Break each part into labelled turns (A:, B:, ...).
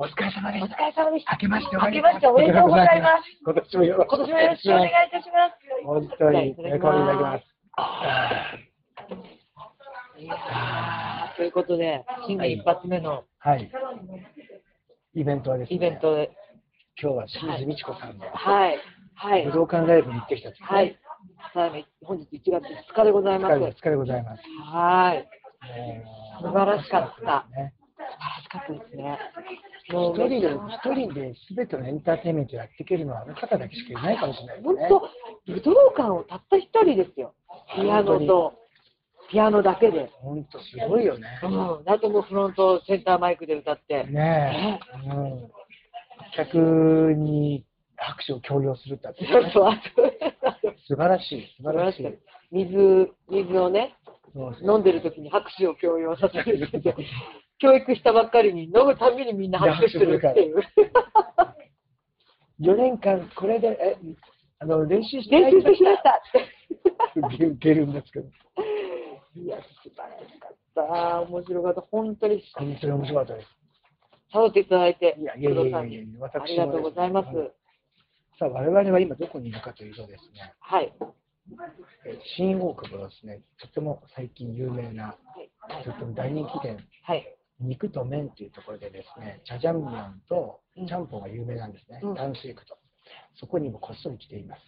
A: お疲れ様で
B: お
A: し
B: 疲
A: た。
B: れ様でした。
A: 明けましてお
B: 明
A: め
B: け
A: で
B: ましておめでとうございます。
C: 今年もよろしく
B: 今年もよろしくお願いいたします。
C: 本当に、
B: お願。
C: ね、これいただきますす。
B: いやーということで、新年一発目の
C: はい。イベントはですね、
B: イベントで、
C: 今日は清水美智子さんの
B: はい、はい
C: 武、道館ライブに行ってきたと。
B: はい、さあ本日1月2日でござい
C: お
B: ま
C: 疲
B: す。
C: れお疲れでございます。
B: はい、
C: ね
B: 素晴らしかった。
C: ね
B: 素晴らしかったですね。も
C: 一
B: う
C: 人で、一人で全てのエンターテインメントやっていけるのはあの方だけしかいないかもしれないです
B: 本
C: ね。
B: 当、武道館をたった一人ですよ。ピアノと、ピアノだけで。
C: 本当すごいよね。
B: うん、あともうフロント、センターマイクで歌って。
C: ねえ、うん、客に拍手を強要するってあった
B: そ
C: よ
B: う
C: ね
B: そう、あと、
C: 素晴らしい、素
B: 素
C: 晴
B: 晴
C: ら
B: ら
C: し
B: し
C: い
B: かっ。た。水、水をね、
C: そうそう
B: 飲んでる時に拍手を強要させるって。 教育したばっかりに、飲むたびにみんな拍手するっていう。
C: 4年間、これで、え、あの、練習してな
B: 練
C: い
B: 習してきました
C: って受けるんですけど、
B: いや、素晴らしかった。面白かった。本当に、
C: 本当に面白かったです。
B: 誘っていただいて、
C: いやいや
B: 工
C: いやい
B: 藤
C: や
B: さ
C: い
B: ん
C: や
B: に。
C: 私も
B: ありがとうございます。
C: さあ、我々は今どこにいるかというとですね、
B: はい。
C: え新大久保のですね、とても最近有名な、
B: はい。
C: とても大人気店、
B: はい。
C: 肉と麺というところでですね、ジャジャン麺と
B: うん
C: ちゃんぽんが有名なんですね、
B: うん
C: 淡水区と。そこにもこっそり来ています。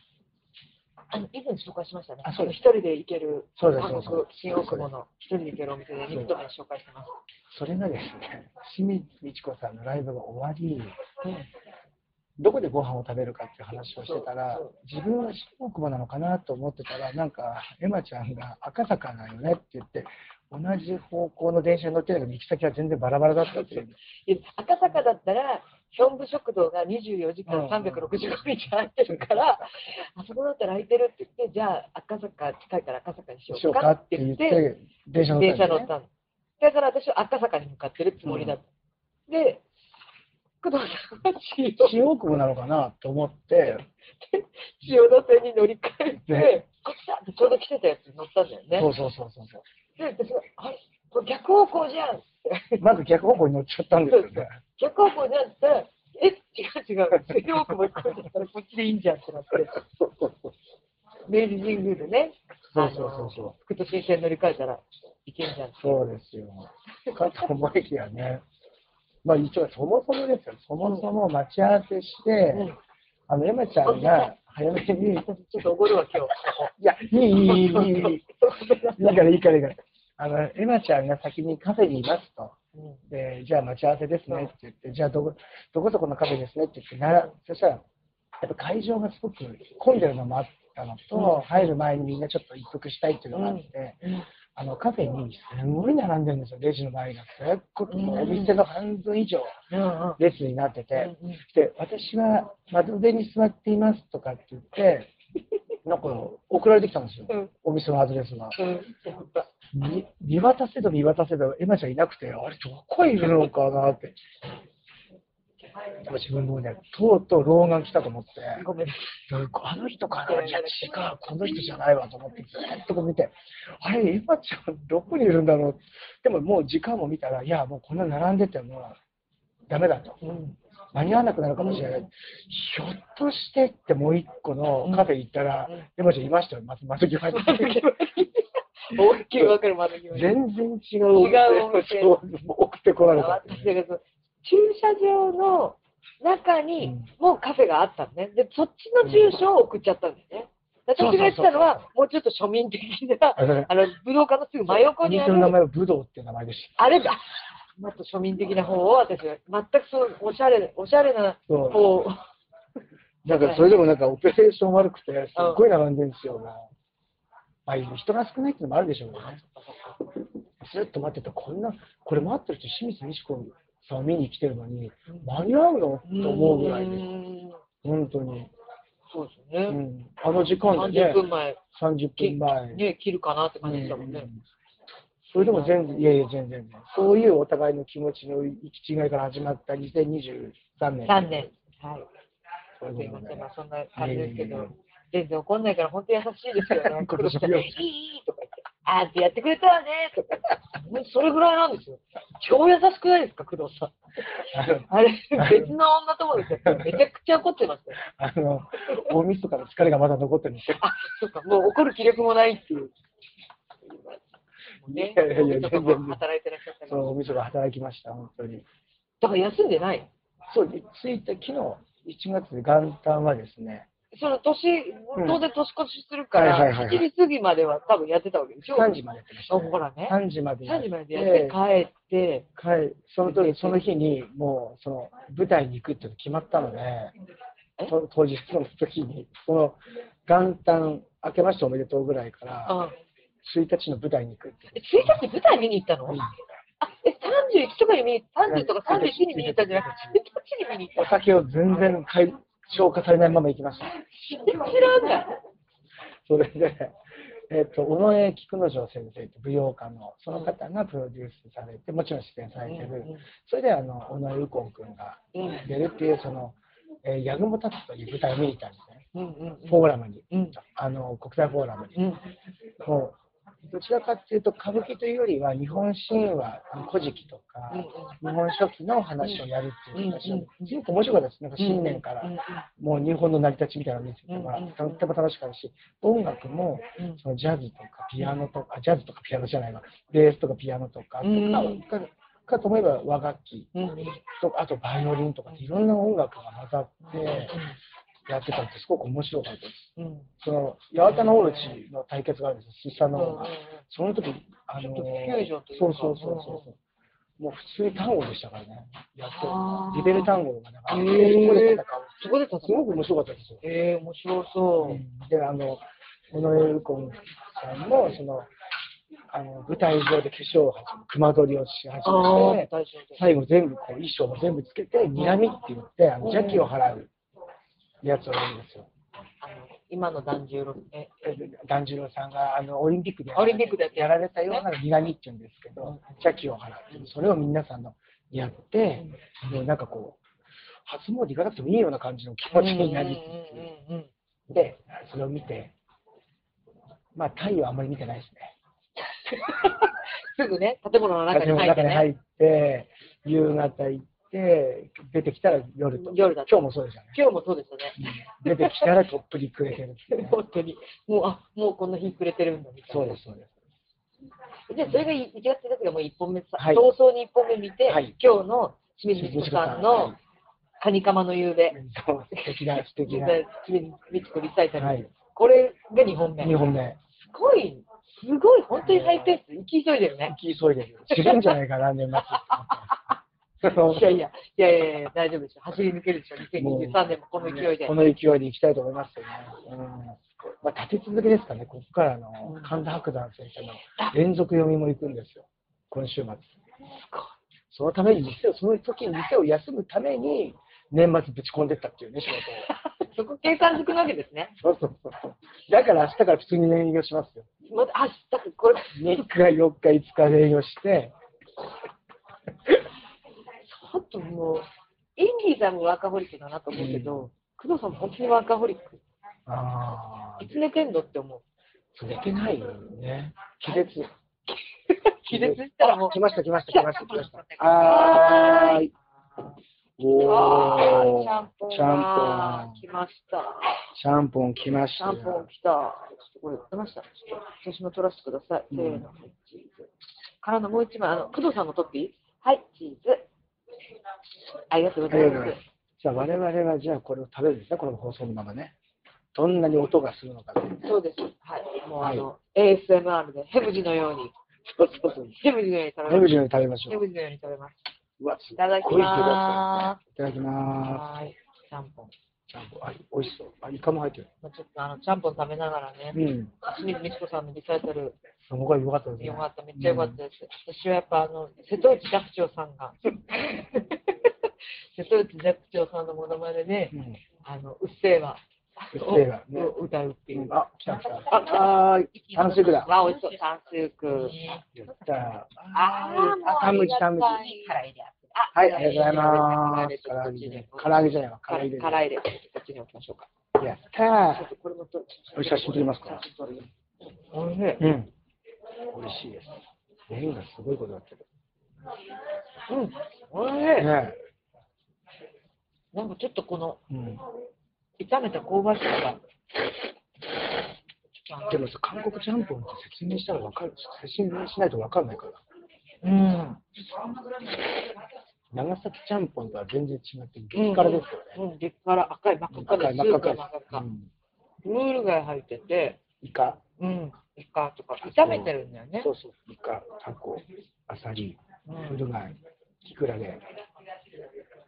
B: あの以前紹介しましたね。
C: あそうです
B: 一人で行ける、
C: そうです
B: 韓
C: そうで
B: 国
C: す
B: 新大久保の一人で行けるお店で
C: うです
B: 肉と麺紹介してます。
C: それがですね、清水美智子さんのライブが終わり、
B: うん
C: どこでご飯を食べるかっていう話をしてたら
B: そう、
C: 自分は新大久保なのかなと思ってたら、なんか、エマちゃんが赤坂なんよねって言って、同じ方向の電車に乗ってたけど、行き先は全然バラバラだったっていう。
B: いや赤坂だったら、ヒョンブ食堂が24時間365日空いてるから、あそこだったら空いてるって言って、じゃあ赤坂近いから赤坂にしよ
C: しよ
B: う
C: う
B: か
C: か
B: っ
C: ってて言
B: 言っ、
C: ってて、電車乗
B: 電
C: った
B: 車
C: んだよね。
B: 乗ったの。だから私は赤坂に向かってるつもりだった。で、工藤さんは千代
C: 新大久保なのかなと思って、
B: 千代田線に乗り換えて
C: ね、
B: こっちだってちょうど来てたやつに乗ったんだよね。
C: そうそうそうそうそう。
B: で、私が、あれこれ逆方向じゃんって。
C: まず逆方向に乗っちゃったんですよね。
B: 逆方向じゃんって、え、違う違う、新大久保行くんだったらこっちでいいんじゃんってなって、
C: そうそうそう
B: 明治神宮でね、
C: そうそうそう。
B: 福都新線乗り換えたら行けんじゃんって。
C: そうですよ。かと思いきやね、まあ一応そもそもですよ。そもそも待ち合わせして、
B: うん
C: あの、山ちゃんが早めに、い
B: ちょっとおごるわ、今日。
C: や、いい、いい、いい、いい、いいから、いいから、いいから。あの、エマちゃんが先にカフェにいますと。
B: うん
C: で、じゃあ待ち合わせですねって言って、じゃあどこ、どこそこのカフェですねって言って、なら、そしたら、やっぱ会場がすごく混んでるのもあったのと、
B: うん
C: 入る前にみんなちょっと一服したいっていうのがあって、あのカフェにすごい並んでるんですよ、レジの前が。結構もうお店の半分以上
B: うんうん
C: 列になってて、
B: うんうん
C: で私は窓辺に座っていますとかって言って、 なんか送られてきたんですよ、
B: うん
C: お店のアドレスが。
B: うんやっぱ
C: み見渡せど見渡せど、エマちゃんいなくて、あれ、どこいるのかなって。自分もね、とうとう老眼来たと思って、
B: ごめんな
C: あの人かないや、違う、この人じゃないわと思って、ずーっとこう見て、あれ、エマちゃん、どこにいるんだろうでももう時間も見たら、いや、もうこんな並んでても、ダメだと。
B: さい。うん
C: 間に合わなくなるかもしれない。ひょっとしてって、もう一個のカフェ行ったら、
B: うん
C: エマちゃんいましたよ、まず、まず際に。
B: 大きいわかる、窓際に。
C: 全然違う
B: 違うお 店
C: そう送ってこられたって
B: 私だからその駐車場の中にもうカフェがあったのね。で、そっちの住所を送っちゃったんだよね。私がやってたのは、もうちょっと庶民的な、
C: あれ
B: あの、武道館のすぐ真横にあ
C: 店の名
B: る、
C: 前は武道っていう名前でした。
B: あれだ。もっと庶民的な方を私は、全くそう、おしゃれ、おしゃれな
C: そう
B: 方を、
C: なんかそれでもなんかオペレーション悪くて、すっごい並んでるんですよ。まあ、人が少ないっていうのもあるでしょうね。ずっと待ってた、こんな、これ待ってる人、清水美智子さんを見に来てるのに、間に合うのと思うぐらいで
B: う
C: す。
B: ん
C: 本当に。
B: そうです
C: う
B: よね。
C: ん、あの時間で、ね
B: 30、分前、
C: 30分前。
B: ね、切るかなって感じでしたも
C: う
B: んね。
C: んそれでも全然、いやいや、全然全然、そういうお互いの気持ちの行き違いから始まった2023年。
B: 3年。はい。
C: そ
B: す
C: う
B: い
C: いうこ
B: ま
C: と
B: せ
C: で
B: ん、まあ、そんな感じですけ
C: いえいえい
B: ど
C: え、
B: 全然怒んないから、本当に優しいですよね。
C: 今年も
B: いいいいとか言って、あーってやってくれたわねとか、もうそれぐらいなんですよ。超優しくないですか、工藤さん。
C: あの
B: あれ、別の女友達だったらめちゃくちゃ怒ってましたよ。
C: あの、大晦日から疲れがまだ残ってるんですよ。
B: あ、そっか、もう怒る気力もないっていう。ね
C: いやいやいや
B: ちょっとこう働いてらっしゃったか
C: そ
B: ら。
C: のお店が働きました、本当に。
B: だから休んでない。
C: そう、で着いた昨日、1月で元旦はですね、
B: その年
C: う、ん
B: 当然年越しするか
C: はいはいはい
B: ら、
C: はい
B: 7時過ぎまでは多分やってたわけでしょ。
C: 3時までやってました、
B: あほらね
C: 3時までや
B: 3
C: っ
B: 時
C: て。
B: までやって帰って、
C: はい、その時、その日に、もう、その、舞台に行くっていうの決まったので、と当日の時に、その、元旦、明けましておめでとうぐらいから、
B: あ
C: 1日の舞台に行くって。
B: え1日舞台見に行ったの、
C: うん
B: あえ31とかに見に30とか31に見に行ったんじゃなくて、1日に見に行
C: お
B: ったの
C: 酒を全然解消化されないまま行きました。
B: 知らんが
C: それで、えっと、尾上菊之丞先生って舞踊家の、その方がプロデュースされて、もちろん出演されてる、それで、あの、尾上右近君が
B: うん
C: 出るっていう、その、えー、ヤグモタツという舞台を見に行ったんですね。
B: うんうん
C: フォーラムに、
B: うん
C: あの、国際フォーラムに。
B: うん
C: もう、どちらかっていうと、歌舞伎というよりは、日本神話、古事記とか、日本書紀の話をやるっていう話
B: う
C: を
B: んうん、
C: すごく面白かったです。なんか新年か
B: う
C: ら
B: ん、
C: もう日本の成り立ちみたいなのを見せてもらって、とっても楽しかったし、音楽も、
B: うん
C: そのジャズとかピアノとか、あジャズとかピアノじゃないわ、ベースとかピアノとか、
B: うん
C: とか、かと思えば和楽器
B: うんうん
C: とか、あとバイオリンとかっていろんな音楽が混ざってやってたんですごく面白かったです。
B: うん
C: その、八幡のオルチの対決があるんですよ、スサノオが。その時、あの
B: ちょっとフュージョンというか
C: そうそうそうそう。もう普通に単語でしたからね、やって
B: あー
C: リベル単語がなんか、
B: へ
C: こ
B: ー
C: こで戦う。
B: そこで立つ
C: すごく面白かったですよ。
B: えー、面白そう。
C: で、あの、小野由子さんも、その、あの舞台上で化粧を始め、熊取りをし始
B: あ
C: め
B: あ、
C: て、
B: 大丈夫です。
C: 最後全部こう衣装も全部つけて、睨みって言って、あの邪気を払うやつをやるんですよ。
B: あの今の團十郎ね。
C: 團十郎さんがあのオリンピックで
B: オリンピックでやって
C: やられたような苦みって言うんですけど、邪気を払ってる、それを皆さんのやって、もうなんかこう、初詣行かなくてもいいような感じの気持ちになりつ
B: うんうんうんうん
C: つ、で、それを見て、まあ、太陽はあんまり見てないですね。
B: すぐね、建物の中に
C: 建物の
B: 入っ
C: 中
B: て
C: に入
B: ね。
C: って、夕方行って、出てきたら夜と。
B: 夜だと
C: 今日もそうでしたね。
B: 今日もそうですよね。
C: 出てきたらとっぷり食えてるっていうね
B: 本当に。もう、あ、もうこんな日暮れてるんだみた
C: そう
B: いな。
C: です、そうです。
B: で、それが1月1日がもう1本目さ、
C: はい
B: 早々に1本目見て、
C: はい
B: 今日の清水美智子さんのカニカマの夕べ、
C: そう素敵な、素敵な。
B: 清水美智子リサイタル、
C: はい
B: これが2本目。
C: 2本目。
B: すごい、すごい、本当にハイペース、生き急いでるね。
C: 行き急いでる。死ぬんじゃないかな、年末っ て思っ
B: い
C: て。
B: やいや、いやいやいや、大丈夫でしょ。走り抜けるでしょ。2023年もこの勢いで
C: こ。の勢いで行きたいと思いますよね。うんまあ、立て続けですかね、ここからの神田伯山先生の連続読みも行くんですよ、今週末。そのために店を、その時に店を休むために、年末ぶち込んでったっていうね、仕
B: そこ計算づくなわけですね。
C: 事を。そう そうそうそう。だから明日から普通に営業しますよ。
B: また、あ、だからこれ、
C: 3日、4日、5日で営業して、
B: ちょっともう、インディーさんもワーカホリックだなと思うけど、工藤さんも本当にワーカホリック。
C: ああ
B: い、つ寝てんのって思う。
C: それいけないよね。気絶。
B: 気絶したらもう
C: 来。ました、来ました、来ました、来ました。はーい。おー、
B: あー
C: シ
B: シャンポンが
C: ャンポン。
B: 来ました。
C: シャンポン来まし
B: シ
C: た
B: ャンポン来た。ちょっとこれ、出ました。ちょっと、私も取らせてください。せーの、はい、チーズ。からのもう一枚、あの、工藤さんのトッピーはい、チーズ。ありがとうご
C: あ
B: ざ
C: り
B: い
C: がとうご
B: ま
C: ざい
B: す
C: ま。す。じゃあ、我々はじゃあこれを食べるんですね、この放送のままね。どんなに音がするのかね。
B: そうです。はい。もうあの、ASMR で、ヘブジのように、
C: そうそうそう。
B: ヘブジのように食べ
C: ヘ
B: ま
C: ブ
B: す。
C: ジのように食べまし
B: ヘ
C: ょう。
B: ブジのように食べます。
C: うわ、す
B: いただき
C: ごい量だっ
B: ま
C: たいただき
B: す。
C: ま
B: はーい。ちゃんぽん。
C: す。シャンポン、あ、美味しそう。あ、イカも入ってる。
B: まあ、ちょっとあの、ちゃんぽん食べながらね、
C: うん。
B: 清水美智子さんのリサイタル、
C: そこが良かったですね。
B: よかった、めっちゃよかったです。私はやっぱあの、瀬戸内寂聴さ んが、瀬戸内寂聴さんのモノマネで
C: う、ん。
B: あの、うっせぇわ
C: うっせぇわね
B: をを歌うっていう。
C: あ、来た来た。あ、はーい。短縮だ。
B: わあ、美味しそう、三数句。
C: やったー。
B: あ
C: あ
B: あ、
C: タムジタムジ
B: 唐揚げであって。あ
C: はい、ありがとうございます。唐揚げじゃない。唐揚げじゃないわ。唐
B: 唐
C: 揚
B: 揚
C: げ
B: げ。
C: で
B: 唐。揚げで。こっちに置きましょうか。
C: やったー
B: ちょっとこれもと。
C: お写真撮りますか
B: おいしい。
C: うん。美味しいです。麺がすごいことになってる。
B: うん。おいしい。
C: ね
B: なんかちょっとこの、
C: うん、
B: 炒めた香ばしさが。
C: でもさ、韓国ちゃんぽんって説明したらわかる。説明しないとわかんないから。
B: うん。
C: 長崎ちゃんぽんとは全然違って、激辛ですよね。
B: うん、激辛、赤い、真っ赤っ
C: 赤
B: か
C: い
B: で、
C: 真っ赤
B: スー
C: っ
B: プが真っ
C: か
B: 赤
C: う
B: っか。
C: ん
B: ルールが入ってて、
C: イカ。
B: うん、イカとか、炒めてるんだよね
C: そ。うそう。イカ、タコ、アサリ、
B: う
C: ウ
B: ん、
C: ルガイ、キクラゲ。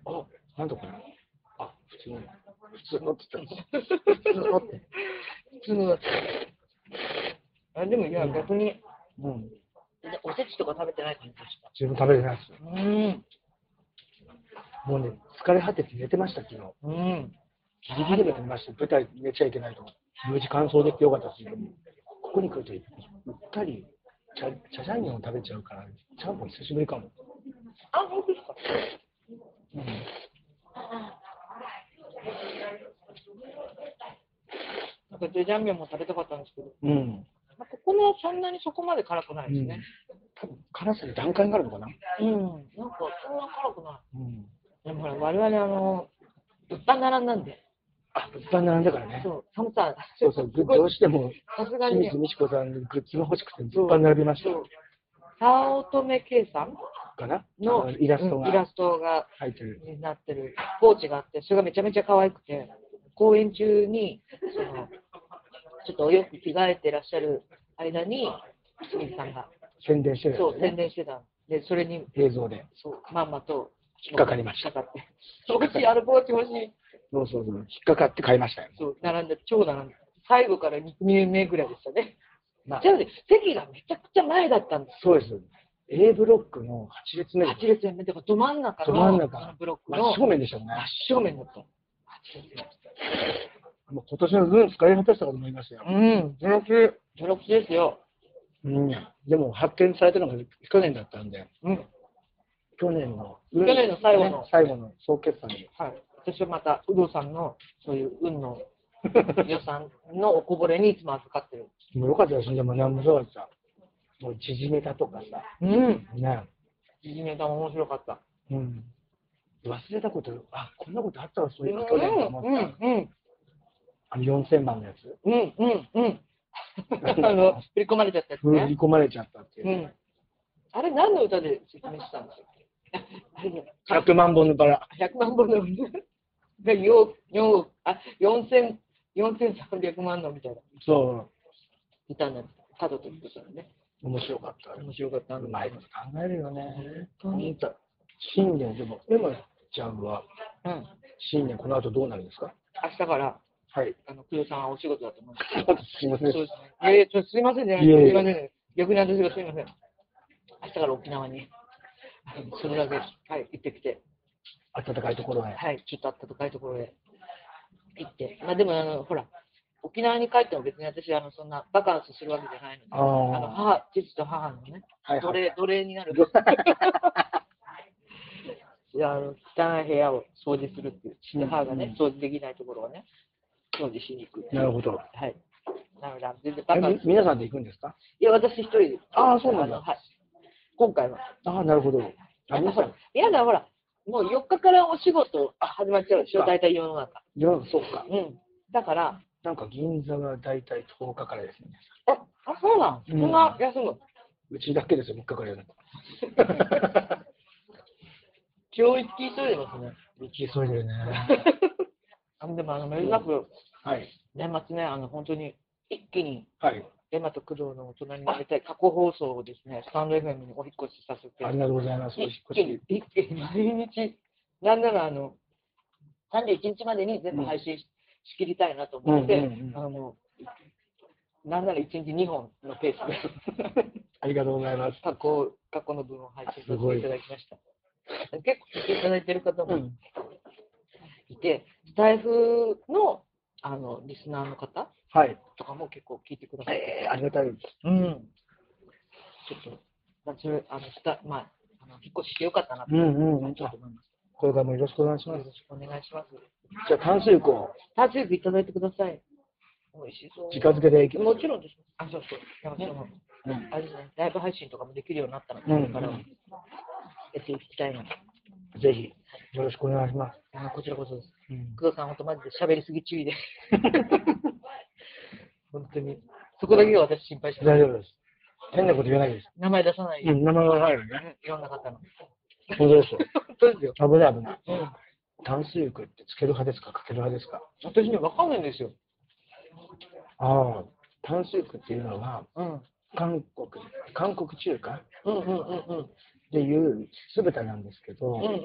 C: あ、なんだこれ。あ、普通の。普通のって言 った普通のって。
B: 普通のだったあでも、いや、逆に、
C: うん。
B: おせちとか食べてない感じでした。
C: 自分食べれないです。
B: うん、
C: もうね、疲れ果てて寝てました、昨日。
B: うん。
C: ギリギリまで寝ました。舞台寝ちゃいけないと思う。無事完走できてよかったですけども、ここに来ると、うっかり、チャチャジャンニョンを食べちゃうから、ちゃんぽん久しぶりかも。
B: あ、本当ですか。
C: うん
B: なんか、ジェジャン麺も食べたかったんですけど、
C: うん。
B: まあここのそんなにそこまで辛くな
C: う
B: いです
C: ん
B: ね。、
C: 多分辛さに段階があるのかな。
B: うん、なんか、そんな辛くない。
C: うん。
B: でもほら、我々、あの、物販並んだんで、
C: あ、物販並んだからね。
B: そう、寒さ、
C: そう そう、グッどうしても、
B: さすが
C: 清
B: にね
C: 水、美智子さんにグッズが欲しくて、物販並びまし
B: そう、早乙女圭さん
C: たかな。
B: の
C: あイラスト
B: うんイラ
C: が
B: ストが
C: 入ってる。
B: になってるポーチがあって、それがめちゃめちゃ可愛くて、公演中に、その、ちょっとお洋服着替えてらっしゃる間に、清水さんが、
C: 宣伝してるやつ
B: そう、宣
C: ね。
B: 伝してたんで、それに、
C: 映像で。
B: そう、まんまと、
C: 引っかかりました
B: 引っかかって。欲しい、あのポーチ欲しい。
C: そうそうそう。引っかかって買いましたよ。
B: そう、並んで、超並んで、最後から2名目ぐらいでしたね。
C: まあ
B: じゃあね、席がめちゃくちゃ前だったんです。
C: そうです。A ブロックの8列目で
B: 8列目、だからど真ん中の
C: ど真ん中
B: あのブロックの
C: 真正面でしたもんね
B: 真。正面だった。8列
C: もう今年の分使い果たしたこと思いましたよ。
B: 目。うん、努力、努力ですよ。
C: うん、でも発見されたのが去年だったんで、
B: うん。
C: 去年の、
B: 去年の最後の
C: ね最後の総決算で。
B: はい、私はまた、有働さんのそういう運の予算のおこぼれにいつも預かってる。
C: もうよかったですね、でもなんもそうだった。もう縮めたとかさ、
B: うん。
C: ね。
B: 時事ネタも面白かった。
C: うん。忘れたこと、あ、こんなことあったわ、そう
B: う
C: い
B: ん、
C: う
B: う
C: の
B: ん
C: 去年と思った。、
B: うん、
C: あの4000万のやつ、
B: うん、うん、うん。あの、振り込まれちゃったやつ
C: 振り
B: ね。
C: 込まれちゃったっていうう。
B: ん。あれ、何の歌で説明したんですか あれね、
C: 100万本のバラ。
B: 100万本の歌。 で、よ4億、あ、4000、4300万のみたいな
C: そ
B: 歌になって、カードと言ってたのね。
C: う、面白かった。
B: 面白かった。
C: うまいこと考えるよね。
B: 本当に
C: あんた新年でも、エマちゃんは
B: うん。明
C: 新年この後どうなるんですか
B: 日から、
C: はい。
B: あの、久代さんはお仕事だと思うんですけど
C: すいません
B: そう。ですね。いやいや、ちょっとすいませんね。
C: いえいえ
B: すいませんね。逆に私がすいません。明日から沖縄に、はいそれだけ、はい、行ってきて、
C: 暖かいところへ。
B: はい、ちょっとあったとかいところへ行って。まあでも、あの、ほら、沖縄に帰っても別に私、あの、そんなバカンスするわけじゃないので、
C: あ
B: あ
C: あ
B: の、母、父と母のね、
C: はい
B: 奴
C: はい。
B: 隷、奴隷になる。いや、あの、汚い部屋を掃除するっていう、父と母がね、掃除できないところをね、掃除しに行く。
C: なるほど。
B: はい。なので、あの全然バ
C: え
B: カン
C: み
B: ス。
C: 皆さんで行くんですか
B: いや、私一人です。
C: ああそうなんだ
B: のはい。今回は。
C: ああ、なるほど。あ、皆さん、
B: 皆さんほら、もう4日からお仕事始まっちゃうでしょ、
C: あ
B: 大体世の中。
C: いや、そうか。
B: うん。だから、
C: なんか銀座が大体10日からですね。
B: あ、あそうなん。そ
C: うん
B: んな休む。
C: うちだけですよ、3日からやるの。
B: 今日一気急いでますね。
C: 行き急いでるね。
B: あでも、あの、めでなく、
C: はい。
B: 年末ね、あの、本当に、一気に、
C: はい。
B: エマと工藤の大人になりたい過去放送をですね、スタンド FM にお引っ越しさせて、
C: ありがとうございます。お引っ
B: 一
C: 越し
B: 気に、。一気に毎日、なんなら、あの、31日までに全部配信し,、きりたいなと思って、
C: うんうんうん
B: あの、なんなら1日2本のペースで。
C: ありがとうございます。
B: 過去、過去の分を配信させていただきました。結構聞いていただいてる方
C: う
B: も
C: ん。
B: いて、スタイフの、あの、リスナーの方
C: はい。
B: とかも結構聞いてくださって、
C: えー、ありがたいです。
B: うん。ちょっと、まあ、それ、あの、した、まあ、あの、引っ越ししてよかったな
C: う
B: と、
C: んうんうん
B: ちょっと思います。
C: これからもよろしくお願いし
B: よ
C: ま
B: ろ
C: す。
B: しくお願いします。
C: じゃあ、炭水化を
B: タチウいただいてください。美味しそう。
C: 近づけていき
B: もちろんです。あ、そうそう。山ちゃんも。
C: うん
B: あれですね、ライブ配信とかもできるようになったので、
C: うん
B: これからやっていきたいなと。
C: ぜひ、よろしくお願いします。
B: あこちらこそです。
C: うん
B: 工藤さん、本当マジで喋りすぎ注意で。 本当に。そこだけが私心配して ま
C: 大
B: す。
C: 丈夫です。変なこと言わないです。
B: 名前出さないよ。
C: ん、名前が入るね。
B: いろんな方の。
C: 本当ですよ。
B: 本当ですよ。
C: 危ない危ない。
B: うん。
C: 単数力ってつける派ですか、かける派ですか。
B: 私ね、わかんないんですよ。
C: ああ、単数力っていうのは、
B: うん。
C: 韓国、韓国中華
B: うんうんうんうん。
C: っていう酢豚なんですけど、
B: うんうん。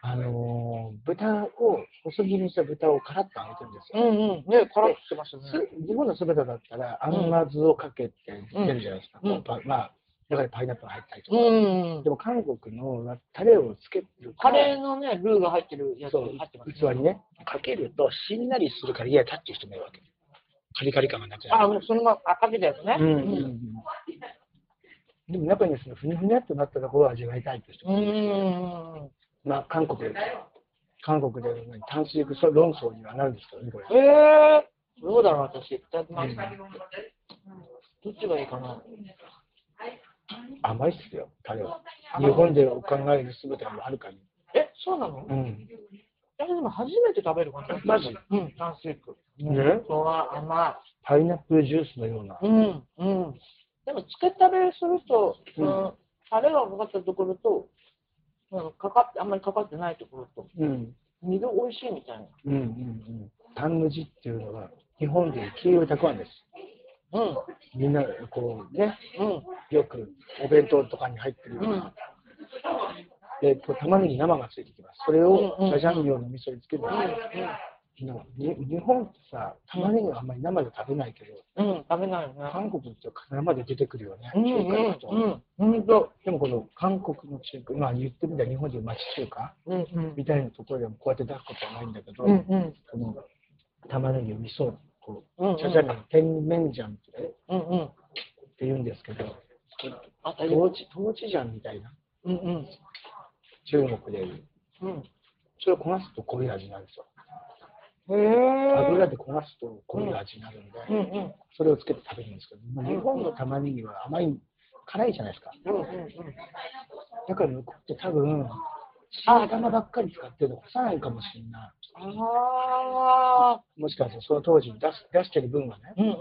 C: あのー豚を、細切りにした豚をカラッと揚げてるんですよ。
B: うんうん。ね、カラッとしてましたね。
C: す日本の酢豚だったら、甘酢をかけて出るじゃないですか。
B: うん
C: こうパまあ、中にパイナップル入ったりと
B: う
C: か。
B: んうん
C: で。も韓国のタレをつける
B: カレー
C: ー
B: のね、ルーが入ってるやつ
C: そう
B: 入ってます、
C: 器にね、かけるとしんなりするから嫌だっていう人もいるわけ。カリカリ感がなくなる。
B: あ、もうそのまま、あ、かけたやつね。
C: うんうんうんでも中にはそのふにゃふにゃっとなったところを味わいたいって人
B: う
C: もいる
B: ん。
C: まあ韓国で、韓国で炭水化そう論争にはなるんですけどね、これ。
B: ええー、どうだろう、私。いただきます。どっちがいいかな。
C: 甘いっすよ、タレは。
B: 甘い
C: 日本でお考える全てははるかに。
B: え、そうなの、
C: う
B: え、
C: ん。
B: でも初めて食べるかな。
C: マジ
B: うん、炭水化。
C: ね
B: ここは甘
C: パイナップルジュースのような。
B: い。うん、うん。でも、つけたれすると、
C: うん
B: うん、タレがかかったところと、うん、かかって、あんまりかかってないところと、
C: うん。
B: 二度美味しいみたいな。
C: うんうんうん。タンムジっていうのは、日本でいう黄色いたくあんです。
B: うん、
C: みんな、こうね、
B: うん、
C: よくお弁当とかに入ってるような。で、こう玉ねぎ生がついてきます。それを
B: うんうん
C: ジャジャン用の味噌につける。に日本ってさ、玉ねぎはあんまり生で食べないけど、
B: うん、うん、食べないよね。
C: 韓国って生で出てくるよね。
B: うん、う
C: 中華行くと
B: ん、うん、うんと。
C: でもこの韓国の中華、まあ言ってみたら日本人町中華
B: うん、うん
C: みたいなところでもこうやって出すことはないんだけど、
B: うん、うん、
C: この玉ねぎを味噌、こ
B: うん、うん
C: う、チャチャ麺、甜麺醤って
B: うん、うん。
C: って言うんですけど、
B: あ、
C: ト
B: 大丈夫
C: ーチ、トーチ醤みたいな、
B: うん、うん、
C: 中国でいう。
B: うん。
C: それをこなすとこういう味なんですよ。
B: へえ。
C: 油でこなすとこういう味になるんで、
B: うんうん
C: それをつけて食べるんですけど、日本の玉ねぎは甘い、辛いじゃないですか。
B: うんうん
C: だから向こうって多分、白玉ばっかり使ってるの干さないかもしれない。
B: ああ。
C: もしかしてその当時に出す出してる分はね、
B: うんうんう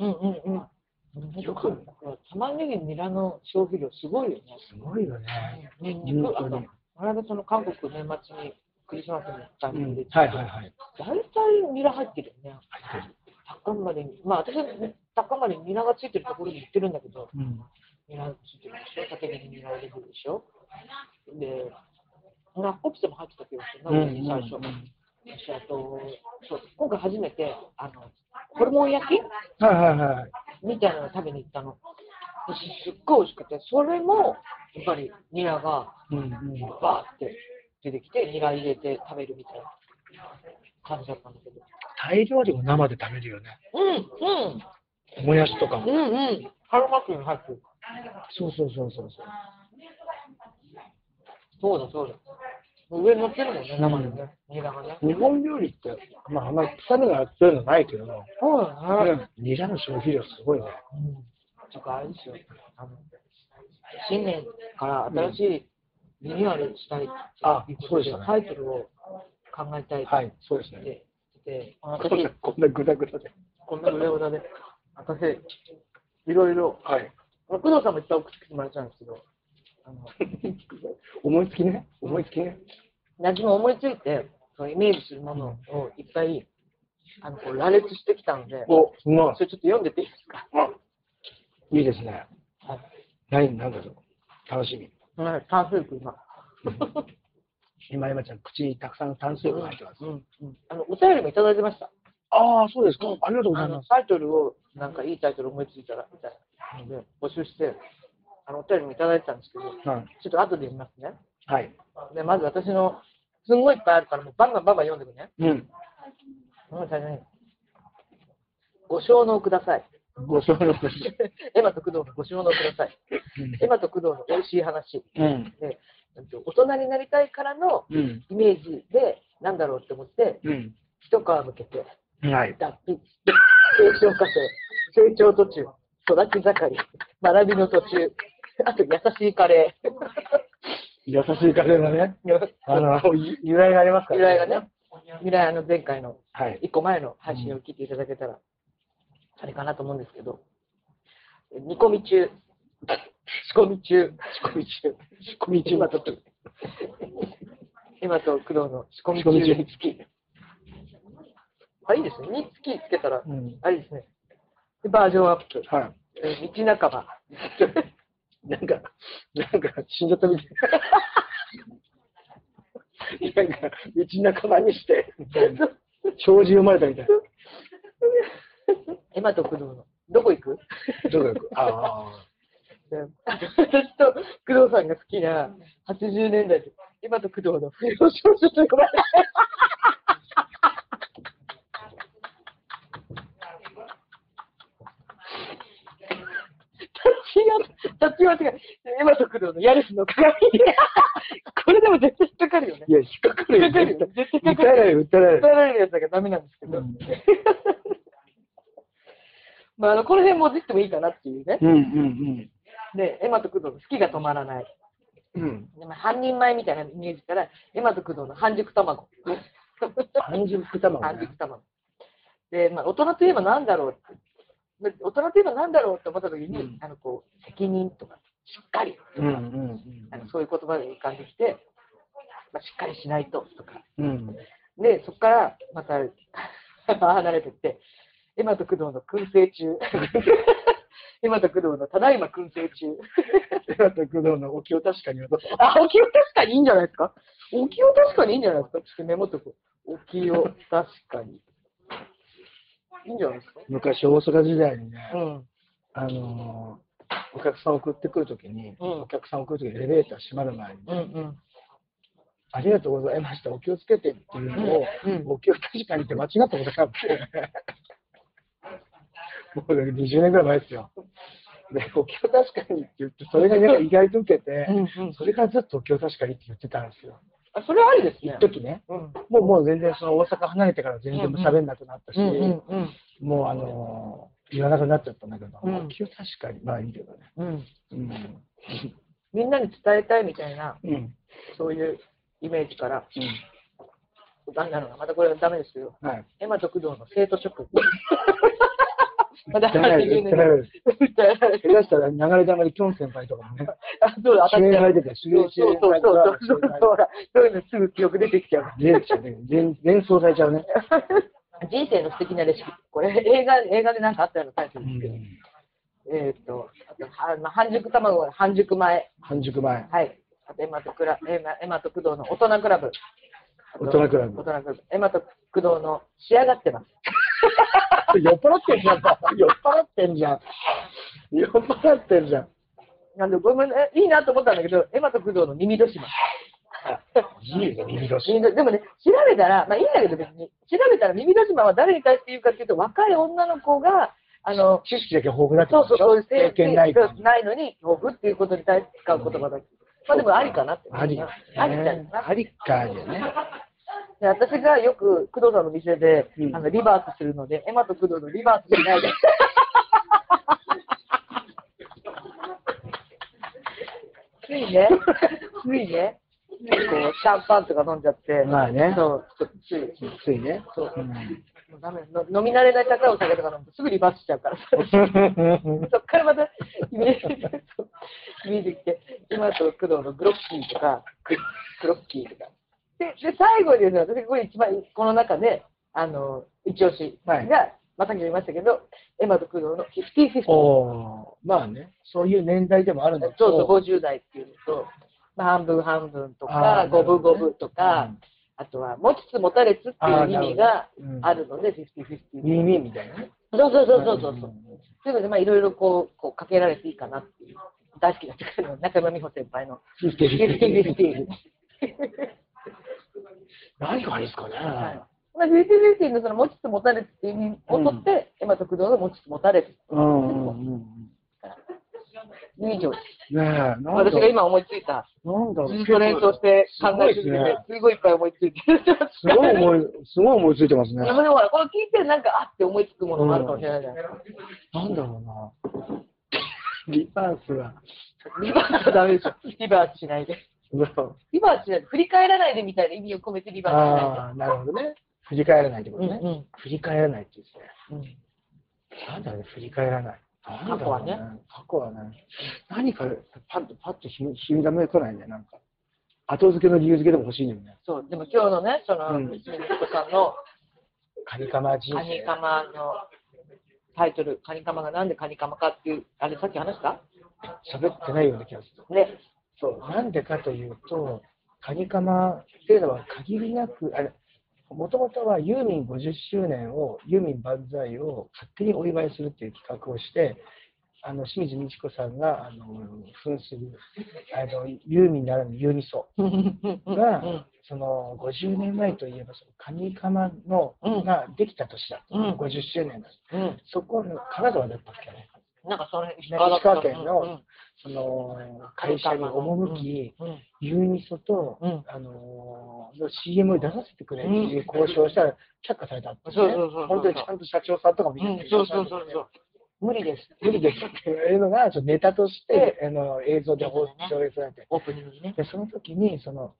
B: んうん。
C: よく
B: 玉ねぎニラの消費量すごいよね。
C: すごいよね。
B: ニンニ
C: うん
B: クあと我々その韓国年末にクリスマスのタイミングで、
C: はいはいはい。
B: 大体ニラ入ってるよね。
C: 入ってる。
B: タッカンまでに、まあ私はタッカンまでにニラがついてるところに行ってるんだけど、
C: うん。
B: ニラついてるでしょ、縦にニラが出てるでしょ。で、ナッコプセも入ってたけど、なんか最初。
C: うんうんうん
B: 私あとそう今回初めてあのホルモン焼き
C: はいはいはい。
B: みたいなの食べに行ったの私すっごい美味しくてそれもやっぱりニラが
C: うんうん。
B: バーって出てきてニラ入れて食べるみたいな感じだったんだけど
C: タイ料理も生で食べるよね。
B: う
C: もやしとか
B: ん
C: も。
B: うんうんうん春巻きに入ってる
C: そうそうそうそうそう。
B: そうだそうだ上に乗ってるもんね生でねニラがね
C: 日本料理って、まああんまり臭みが強いのないけど、
B: そうだね
C: ニラの消費量すごいね。
B: うんとかあれですよあの新年から新しいリニューアルしたいって
C: あ
B: いうこ
C: そう
B: と
C: でし
B: で、
C: たね
B: タイトルを考えたいって
C: はい、そうです
B: 言っ
C: ね。
B: て、で
C: こん
B: 私
C: な、こんなグダグダで。
B: こんなグダグダで、私、いろいろ、
C: はい。
B: 工藤さんもいっぱい送ってきてもらっちゃうんですけど、あの
C: 思いつきね。思いつきね。
B: 何も思いついて、そのイメージするものをいっぱいあのこう羅列してきたので、
C: お、すごい
B: そ。れちょっと読んでていいですか。
C: いいですね。
B: はい
C: 何、なんだろう。楽しみ。
B: うん、炭水化今。
C: 今、山ちゃん、口にたくさん炭水化入ってます。
B: うんうんあのお便りもいただいてました。
C: ああ、そうですか
B: うん。
C: ありがとうござ
B: あ
C: いま
B: の
C: す。
B: タイトルを、なんかいいタイトル思いついたら、みたいなので、募集して、あのお便りもいただいてたんですけど、ちょ
C: はい。
B: っと後で読みますね。
C: はい。
B: で、まず私の、すんごいいっぱいあるから、もうバンバンバンバン読んでくね。
C: うん。
B: もう最初に。ご承納ください。
C: ご承諾です。
B: エマと工藤のご承納ください。エマと工藤の美味しい話。
C: うん。
B: で、えっと大人になりたいからの
C: うん。
B: イメージで、なんだろうって思って、
C: う
B: 一皮むけて、
C: ん。はい。
B: 脱皮、成長過程、成長途中、育ち盛り、学びの途中、あと優しいカレー。
C: 優しいカレーのね、あの、ゆ由来がありますか
B: 由
C: ら
B: 来がね。、未来あの前回の
C: はい。
B: 一個前の配信を聞いていただけたら、あれかなと思うんですけど、煮込み中、仕込み中、仕込み中、
C: 仕込み中
B: 今と、今と工藤の仕込み
C: 仕
B: 中
C: 込み中
B: につき。あ、いいですね。につきつけたら、
C: うん。
B: あれですね。でバージョンアップ。
C: は
B: えー道半ば。
C: い。なんか、なんか、死んじゃったみたい。なんか、道仲間にして、障子読まれたみたい
B: 今と工藤の。どこ行く
C: な。どうだろうああ。
B: で私と工藤さんが好きな80年代で、今と工藤の不良少女と呼ばれ て立ちが立ちは違う。今と工藤のヤリスの鏡。 これでも絶対引っかかるよね。
C: いや、引っかかる
B: 引っ
C: よ。
B: かかるよ
C: 訴
B: ね。絶
C: え
B: 対引っかからる。
C: れる、訴えられる。
B: 訴えられるやつだからダメなんですけど。
C: うん
B: まあ、あの、この辺も出てもいいかなっていうね。
C: うんうん
B: で、エマと工藤の好きが止まらない。
C: うん。うん。
B: でまあ、半人前みたいなイメージから、エマと工藤の半熟卵。
C: 半熟卵
B: 半
C: ね
B: 熟。卵。で、まあ、大人といえば何だろうって。で大人といえば何だろうって思った時に、
C: うん
B: あの、こう、責任とか、しっかりと
C: うん
B: か、
C: うん
B: あのそういう言葉で浮かんできて、まあ、しっかりしないととか。
C: うん。
B: で、そこからまた 離れてって、エマと工藤の燻製中。 エマと工藤のただいま燻製中。
C: で、あと、工藤のお気を確かに言うと。
B: あ、おきを確かにいいんじゃないですかおきを確かにいいんじゃないですかちょっとメモっとこう。おきを確かに。いいんじゃないですか
C: 昔、大阪時代にね、
B: うん。
C: あのーお客さん送ってくるときに、
B: うん
C: お客さん送るときにエレベーター閉まる前に、
B: うんうん。
C: ありがとうございました、お気をつけてっていうのを、
B: うん
C: お気を確かにって間違ったことがあって、 もうだけど20年ぐらい前ですよ。で、お気を確かにって言って、それがなんか意外と受けて、
B: うんうん
C: それからずっとお気を確かにって言ってたんですよ。
B: あ、それはありですね
C: 一。時ね、
B: うん。
C: もうもう全然その大阪離れてから全然喋んなくなったし、
B: うん
C: もうあのー言わなくなっちゃったんだけど、
B: うん
C: お気を確かに、まあいいけどね。
B: うん。
C: うん
B: みんなに伝えたいみたいな、
C: うん
B: そういうイメージから、
C: うん
B: なんだろうな、またこれはダメですけど、
C: はい。
B: エマと工藤の生徒職。まだ
C: だから、
B: 80年代。
C: 下手したら流れ玉できょん先輩とかもね、
B: あそうだ、
C: 主演入ってたよ、主
B: そう
C: 演主
B: そう
C: 演
B: そう
C: 入
B: そうそう
C: って
B: そうだそういうのすぐ記憶出てきちゃう。
C: た全連想されちゃうね。
B: 人生の素敵なレシピ。これ映画映画でなんかあったようなタイトルですけど。えーっと、あとはまあ、半熟卵は半熟前。
C: 半熟前、
B: はい。あとエマとクラエマエマと工藤の大人クラブ。あと
C: 大人クラブ
B: 大人クラブ。エマと工藤の仕上がってます。
C: 酔っ払ってんじゃん、酔っ払ってんじゃん。酔っ払ってんじゃん。
B: なんでごめんねいいなと思ったんだけど、エマと工藤の耳戸島。
C: いいね、耳年。
B: 耳戸でもね、調べたら、まあいいんだけど別に、調べたら耳戸島は誰に対して言うかっていうと、若い女の子が、あの、
C: 知識だけ豊富だけ
B: そうそう、そうです
C: 経験ないから。
B: ないのに、豆腐っていうことに対して使う言葉だけ。まあでもありかなって。
C: あり
B: あ
C: か。
B: りちゃうな。
C: ありかじゃね。
B: で私がよく工藤さんの店で、
C: うん
B: あのリバースするので、エマと工藤のリバース しないで。ついね、ついね、こうシャンパンとか飲んじゃって、
C: まあね
B: そう、ちょっとつい、
C: ついね。
B: そう
C: うん
B: もうダメの飲み慣れない高いお酒とか飲むとすぐリバースしちゃうから。 そっからまた見えてきて、今と工藤のグロッキーとか、ククロッキーとか。で、で最後にですね、私これ一番、この中で、あの、一押しが、
C: はい
B: まあさっきも言いましたけど、エマと工藤の50-50。そう
C: おーまあね、そういう年代でもあるんだけど。
B: そう、50代っていうのと、まあ、半分半分と
C: あ
B: か
C: ー、
B: 五分五分と
C: う
B: か
C: ん、
B: あとは、持ちつ持たれつっていう意味が
C: あーなるほどうん
B: あるので、50-50。
C: 耳みたいなね。
B: そうそうそうそうそう。うというので、まあ、いろいろこう、こう、かけられていいかなっていう。大好きだったから、中山美穂先輩の。
C: フィフティ
B: フィフティフィフティ。
C: 何がいいですかね。
B: はいまあ、フィフティフィフティのその、持ちつ持たれつっていう意味を取って、エマと工藤が持ちつ持たれつ。
C: うんうんうんうん。
B: いい以上です。
C: ねえ、なんだ
B: 私が今思いついた、
C: なんだろう
B: ずっと練習して考えてて、すごいいっぱい思いついて。
C: すごい思い、すごい思いついてますね。
B: でもほら、これ聞いてなんか、あって思いつくものもあるかもしれないじゃない
C: なんだろうな。リバースは。
B: リバースダメでしょ。リバースしないで。リバースしないで。振り返らないでみたいな意味を込めてリバースしないで。
C: ああ、なるほどね。振り返らないってことね。
B: うんうん
C: 振り返らないって言うんです
B: うん
C: ね。なんだろうね、振り返らない。なんだろう
B: 過去は。
C: 過去はね。何か、パッと、パッとひみ、ひみだめ来ないね、なんか。後付けの理由付けでも欲しいんだよね。
B: そう、でも今日のね、その、
C: うん
B: 西野美智子さんの
C: カニカマ人
B: カニ
C: 生。
B: カマのタイトル、カニカマがなんでカニカマかっていう、あれさっき話した
C: 喋ってないような気がする。
B: ね。
C: そう、なんでかというと、カニカマっていうのは限りなく、あれ、もともとはユーミン50周年を、ユーミン万歳を勝手にお祝いするっていう企画をして、あの清水美智子さんがあの扮するあのユーミンならぬユーミソが、その50年前といえばそのカニカマの、
B: うん
C: ができた年だ、
B: うん
C: 50周年だ
B: うん。
C: そこの金沢だったっけね
B: なんかその辺、石
C: 石川県の
B: うん
C: その会社に赴き、
B: うん
C: ユーミソと、
B: うん
C: あのーの CM に出させてくれっていう交渉したら却下されたんですね、
B: そうそうそうそう
C: 本当にちゃんと社長さんとかも
B: う
C: 言っ
B: ん
C: て、
B: そうそうそうそう。
C: 無理です無理ですっていうのがちょっとネタとして、あの映像で放上映されて、
B: オープニングにね。
C: でその時にその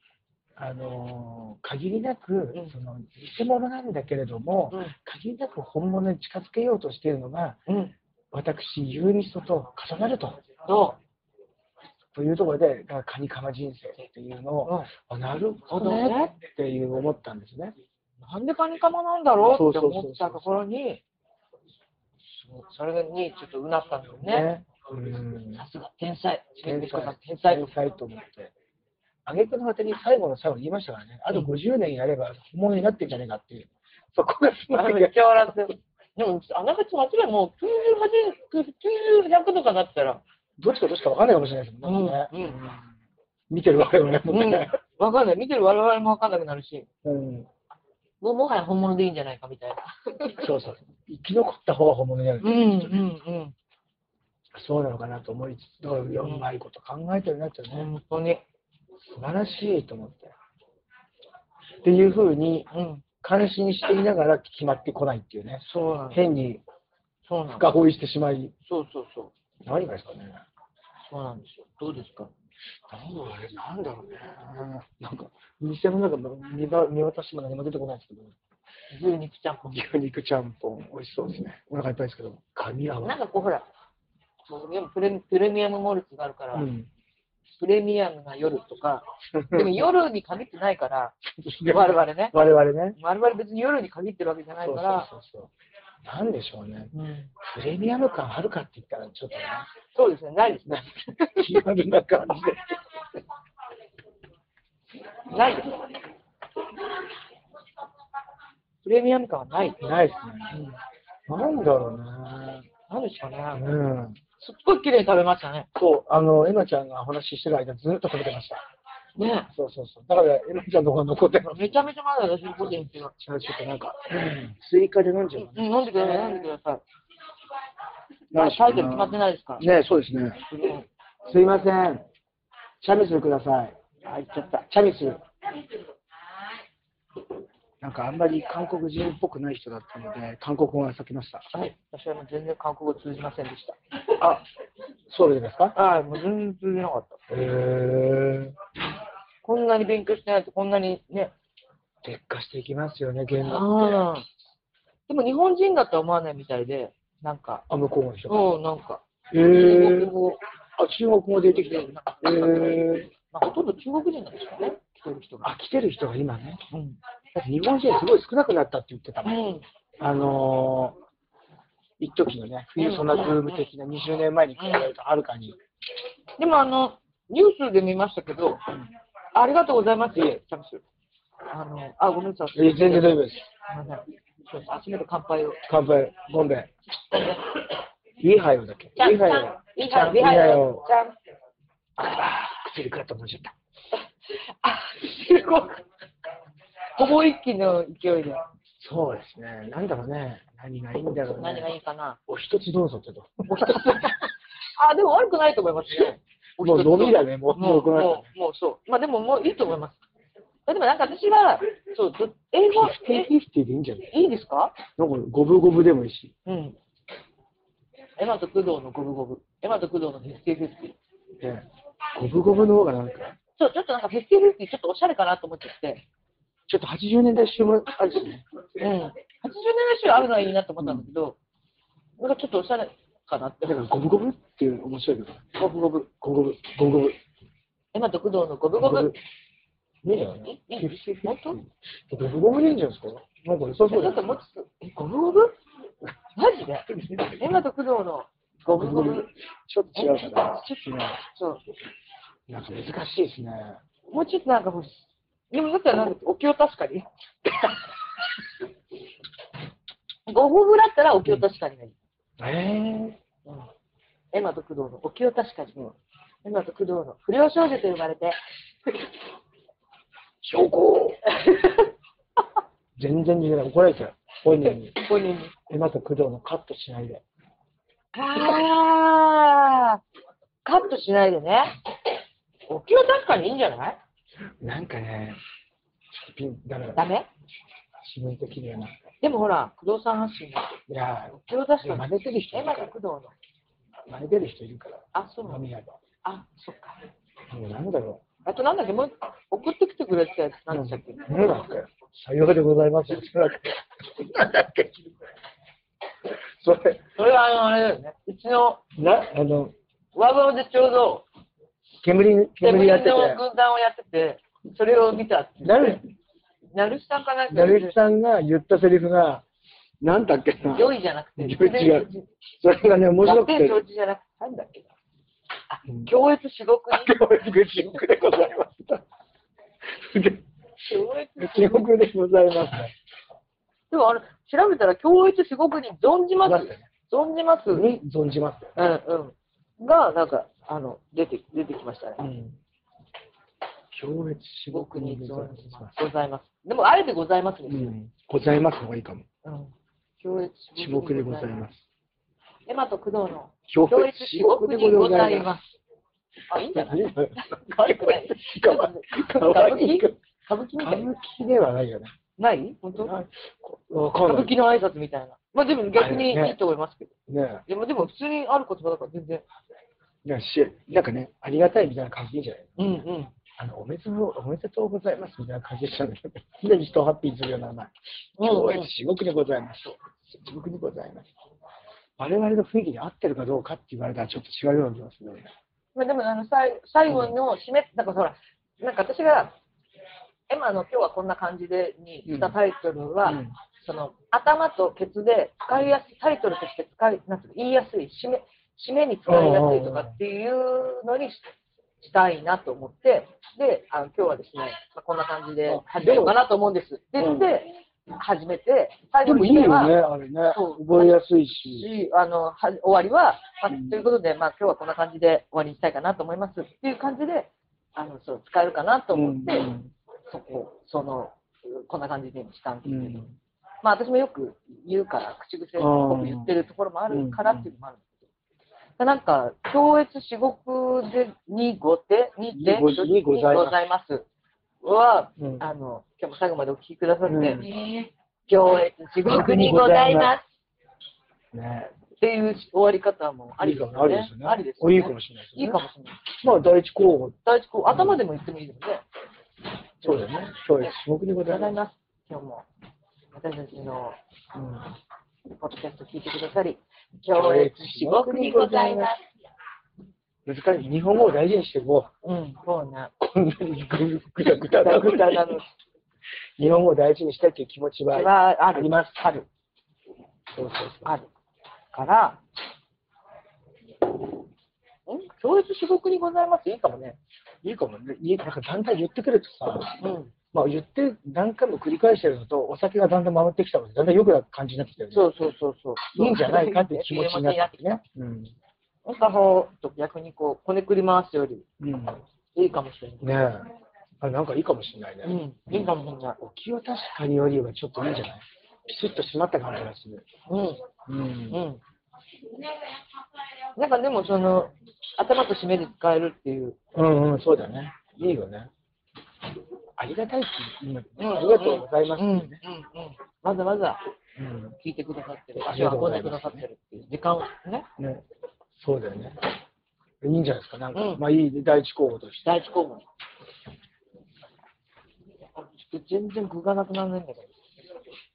C: あのー限りなく、
B: うん
C: その偽物なんだけれども、限りなく本物に近づけようとしているのが
B: うん。うん。
C: 私ユーミソと重なると
B: そ
C: というところでだからカニカマ人生っていうの
B: う。
C: を、
B: う
C: あ
B: ん
C: なるほどねっていう思ったんですね。
B: なんでカニカマなんだろうって
C: そうそうそうそう
B: 思ったところに、そうそれにちょっとうなったんだよね。
C: ね。うん
B: さすが、天才。
C: 天
B: 美智子さん
C: 才、
B: 天才
C: 天。才と思って。あげくの果てに最後の最後に言いましたからね、あと50年やれば本物になってんじゃねえかっていう、そこがすご
B: あの
C: い
B: め っちゃ笑って。でも、あながち間違い、もう98、90、100とかだったら、
C: どっちかどっちか分かんないかもしれないです
B: う
C: もん
B: ん、
C: ね。
B: う
C: 見てるわけでもないもん
B: ん、
C: ね。
B: わかんない。見てる我々もわかんなくなるし、
C: うん
B: もうもはや本物でいいんじゃないかみたいな。
C: そうそう。生き残った方は本物になる
B: うん、う。ん、
C: そうなのかなと思いつつ、だからう
B: うん
C: まいこと考えてるなって
B: うん。
C: ね、
B: 本当に。
C: 素晴らしいと思って。っていうふうに、
B: うん。
C: 関心していながら決まってこないっていうね、
B: そうなの。
C: 変に
B: そうなの。
C: 深追いしてしまい、
B: そうそうそう。
C: 何がですかね。
B: そうなんですよ。どうですか
C: なんだろうね、なんだろうね。なんか、店の中も見ば見渡しても何も出てこないですけど、
B: 牛肉ちゃんぽん。
C: 牛肉ちゃんぽん、美味しそうですね。お腹いっぱいですけど、噛み合わ
B: なん
C: ない。
B: かこうほら、もうでもプレプレミアムモルツがあるから、
C: うん。
B: プレミアムな夜とか、で も夜に限ってないから、我々ね。
C: 我々ね。
B: 我々別に夜に限ってるわけじゃない
C: そう
B: か
C: そう
B: ら、
C: そうそう。なんでしょうね。
B: うん
C: プレミアム感あるかって言ったら、ちょっとね、
B: そうですね、ないですね。
C: 気軽な感じで。
B: ないです。プレミアム感はない。
C: ないですね。なんだろうね。
B: なんですかね。
C: うん。
B: すっごい綺麗に食べましたね。
C: そう、あの、エマちゃんがお話ししてる間、ずっと食べてました。
B: ね
C: そうそうそう。だから、エマちゃんの方が残ってます。
B: めちゃめちゃまだ私の個人っていうのは。
C: ちょっとなんか、 スイカで飲んじゃう
B: うん、飲んでください、飲んでください。ま
C: な
B: だ
C: んでしょう
B: タイトル決まってないですから。
C: ね。ねそうですね。すいません。チャミスルください。あ、行っちゃった。チャミスル。なんかあんまり韓国人っぽくない人だったので、韓国語が先ました。
B: はい、私はもう全然韓国語通じませんでした。
C: あ、そうですか
B: ああ、もう全然通じなかった。
C: へえ。
B: こんなに勉強してないと、こんなにね。
C: 劣化していきますよね、言語って。
B: ああ。でも日本人だとは思わないみたいで、なんか、
C: あ、向こうの人。
B: うん、なんか、
C: へ
B: 中
C: え
B: 国。語、
C: あ、中国語出てきてる。へえ。
B: まあ、ほとんど中国人なんですよね、来てる人が。
C: あ、来てる人が今ね。
B: うん。
C: 日本人すごい少なくなったって言ってたもん。
B: うん。
C: あのー、一時のね、冬ソナブーム的な20年前に比べるとはるかに。
B: でもあの、ニュースで見ましたけど、ありがとうございます、チャンス。あの、あ、ごめんなさい。
C: え全然大丈夫です。
B: すいませんそうです。集めて乾杯を。
C: 乾杯、ボンベイ。イーハイオだっけイーハイオ。
B: イーハイオ。イーハイオ。ちゃん。
C: あー、薬食らったもんじゃった。
B: あ、すごい。ほぼ一気の勢いで。
C: そうですね。なんだろうね。何がいいんだろうね。
B: 何がいいかな。
C: お一つどうぞってと。
B: あ、でも悪くないと思いますね。
C: もう飲みだね、もう。
B: もう、
C: この
B: もう、もうそう。まあでも、もういいと思います。まあでもなんか私は、そう、ず英語、
C: フィ
B: え
C: フティフティでいいんじゃない
B: いいですか
C: なんか、五分五分でもいいし。
B: うん。エマと工藤の五分五分。エマと工藤のフィスティフィスティ。
C: ね五分五分の方がなんか、
B: そう、ちょっとなんかフィスティフィスティちょっとおしゃれかなと思っちゃって。
C: ちょっと80年代集もあるしね。
B: うん。80年代集あるのはいいなと思ったんだけど、なんかちょっとおしゃれかなって
C: だ。から、五分五分っていうの面白いけど。
B: 五分五分。
C: 五分五分。五分五分。
B: エマと工藤の五分五分。
C: いいんじゃない
B: ええ
C: フィフティフィフテ
B: 本
C: ィ五分五分でいいんじゃないですかなんか良さ
B: ち
C: そう
B: ょ
C: だ
B: っともう
C: よ
B: ちょっと、え、五分五分マジ でエマと工藤の五分五分。
C: ちょっと違うかな。
B: ちょっとね、そう。
C: なんか難しいですね。
B: もうちょっとなんか欲しい。でもだったらなんかお経確かに。五分だったらお経確かにがいい。
C: ええ。
B: うんエマと工藤のお経確かに。エマと工藤の不良少女と呼ばれて。
C: 証拠全然違う。怒られちゃう。本人に。
B: 本人に。
C: え、また工藤のカットしないで。
B: あー、カットしないでね。お経確かにいいんじゃない
C: なんかね、ちょっとピン、ダメ
B: ダ
C: だ。
B: メ
C: 自分的にはなんか。
B: でもほら、工藤さん発信だ。
C: いや
B: お経確
C: ー、
B: か
C: 真
B: に。
C: 似てる人い
B: エ
C: るか
B: マと
C: ら
B: 工。藤の。
C: 真似てる人いるから。
B: あ、そうな
C: 飲
B: の
C: み屋で。
B: あ、そっか。
C: もうなんだろ
B: あとなんだっけ、もう送ってきてくれってやつ、
C: う。
B: なんでしたっけ、
C: なんだっけ。さようでございます。 なんだっけ。なんだっけ。それ、
B: それはあの、あれだよね。うちの
C: な、あの、
B: ワーワーでちょうど、
C: 煙、煙やってて
B: の。軍団をやってて、それを見たっていう。
C: なる、
B: なるしさんかなんか
C: なるさんが言ったセリフが、なんだっけな。
B: 良いじゃなくて、
C: 違う。それがね、面白く
B: 学園
C: て。
B: 承知じゃなくて、なんだっけな。
C: うん
B: 強烈至極に。
C: 教育地獄でございました。
B: 強烈。
C: 地獄でございました。
B: でもあれ、調べたら、強烈至極に存じます。存じます。うん
C: に存じます。
B: うん。が、なんか、あの、出て、出てきましたね。
C: ん。強烈至
B: 至
C: 極
B: 極
C: に
B: に
C: ござい
B: 存じま。
C: ます
B: ございます。でも、あえてございます
C: す。
B: で
C: う
B: すよ。
C: ん。ございますのがいいかも。
B: うん。強烈
C: 至極でございます
B: す。。エマと工藤の
C: 強。
B: 強烈至極にございますす。あ、いいんじゃない
C: かわいい。かわ いい。かわいい。
B: 歌舞伎み
C: 歌
B: たいな
C: 舞。伎ではないよね。
B: ない本当
C: な
B: 歌
C: わかんない。
B: 舞伎の挨拶みたいな。まあでも逆にいいと思いますけど。
C: ね
B: でもでも普通にある言葉だから全然。
C: えなんかしなんかね、ありがたいみたいな感じでいいんじゃない
B: うんうん。
C: あのおめでとう、おめでとうございますみたいな感じでしたね。常に人をハッピーにするような名前。
B: うん
C: 今日は至極でございます。至極でございます。我々の雰囲気に合ってるかどうかって言われたらちょっと違うような気がするね。
B: まあでもあの最最後の締め、なんかほら、なんか私が、エマの今日はこんな感じでにしたタイトルは、
C: うん
B: その頭とケツで使いやすい、タイトルとして使い、なんていうの言いやすい、締め、締めに使いやすいとかっていうのにししたいなと思って、で、あの今日はですね、まあ、こんな感じで始めようかなと思うんですって言って、始めて、最
C: で
B: 後の
C: もいい
B: 締め
C: よね、
B: は、
C: あれね。
B: そう
C: 覚えやすいし。
B: しあのは終わりは、ま
C: う
B: あ
C: ん
B: ということで、まあ今日はこんな感じで終わりにしたいかなと思いますっていう感じで、あのそう使えるかなと思って、
C: うん
B: そこ、その、こんな感じでしたんです
C: う
B: けど。
C: ん
B: まあ私もよく言うから、口癖っぽく言ってるところもあるからっていうのもあるんですけど、なんか、強越至極で、にごて、に
C: に
B: て、
C: ごにございます
B: ますは、
C: うん
B: あの、今日も最後までお聞きくださって、
C: うん
B: 強越至極にございま
C: ね
B: すっていう終わり方もありですよ
C: いい
B: ね
C: かも。
B: あ
C: あ
B: り
C: り
B: で
C: ですすよね。いいかもしれないです
B: いい
C: よ
B: か
C: ね。
B: もしれない。
C: まあ、第一候補。
B: 第一こう頭でも言ってもいいですよね。
C: そうだよね。そうです。僕にご
B: ご
C: ざいま
B: ざい
C: す。
B: ます。今日も私たちの
C: うん
B: ポッドキャスト聞いてくださり、強越至極にございます。
C: 難しい。日本語を大事にしても、
B: うん、そうね。
C: こんなにぐぐだぐ
B: ぐ
C: だ
B: だ
C: な
B: ぐだなの。
C: 日本語を大事にしたいという気持ちは
B: はあ
C: あ
B: る。
C: ります。
B: ある。
C: そうそうそう。
B: ある。から、ん教育至極にございます。いいかもね。
C: いいかもね。いいなんかだんだん言ってくるとさ、
B: うん。
C: まあ言って何回も繰り返してるのと、お酒がだんだん回ってきたので、だんだん良くな感じになってきてるね。
B: そうそうそうそう。
C: いいんじゃないかっていう気持ちになってきてね。うん。
B: なんかこう、逆にこう、こねくり回すより
C: うん。
B: いいかもしれない。
C: ねえ。あなんかいいかもしれないね。
B: うん、いいかもしれない。
C: お気を確かによりはちょっといいんじゃないピシッと締まった感じがする。
B: うん、
C: うん
B: うん。なんかでもその、頭と締めで使えるっていう。
C: うんうん、そうだね。いいよね。ありがたいって言う、うん、ありがとうございます
B: うん、うん、う
C: ね。
B: ん。わざわざ
C: うん
B: 聞いてくださってる。
C: あり
B: 足
C: がとう
B: を
C: ご
B: 運ん
C: ざ
B: で
C: い
B: く
C: ま
B: だ
C: す
B: さってるっていう時間をね。
C: ね、そうだよね。いいんじゃないですか、なんか、
B: うん
C: まあいい第一候補として。
B: 第一項目。ちょっと全然具がなくならないんだけ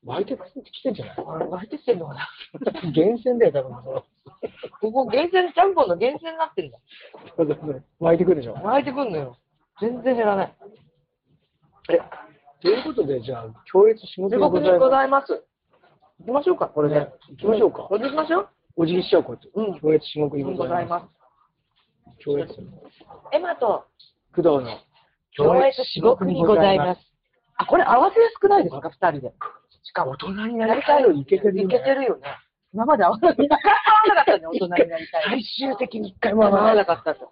C: 湧いてくる来てんじゃない
B: ど。あれ、湧いてきてんのかな
C: 厳選だよ、多分その
B: ここ、厳選、ちゃんぽんの厳選になってんだ。
C: そうだね。湧いてくるでしょ。
B: 湧いてくんのよ。全然減らない。
C: え、ということで、じゃあ、強烈仕事
B: 地
C: で
B: 獄
C: ご
B: に
C: ざい
B: ご
C: ます。
B: ざいます。行きましょうか、これで。
C: ね行きましょうか
B: これで行きましょう。
C: お辞儀しちゃうこと。
B: うん
C: 強烈仕事で
B: ご
C: ご
B: ざ
C: ざ
B: い
C: います。
B: ま
C: 強烈。
B: す。エマと、
C: 工藤の
B: 共演至極にございます。。あ、これ合わせやすくないですか、二人で。しかも、大人になりたい。
C: いけてるよね
B: いけてるよね。今まで合わなかった。合わなかったね、大人になりたい。
C: 最終的に一回も
B: 合わ
C: 会
B: なかったと。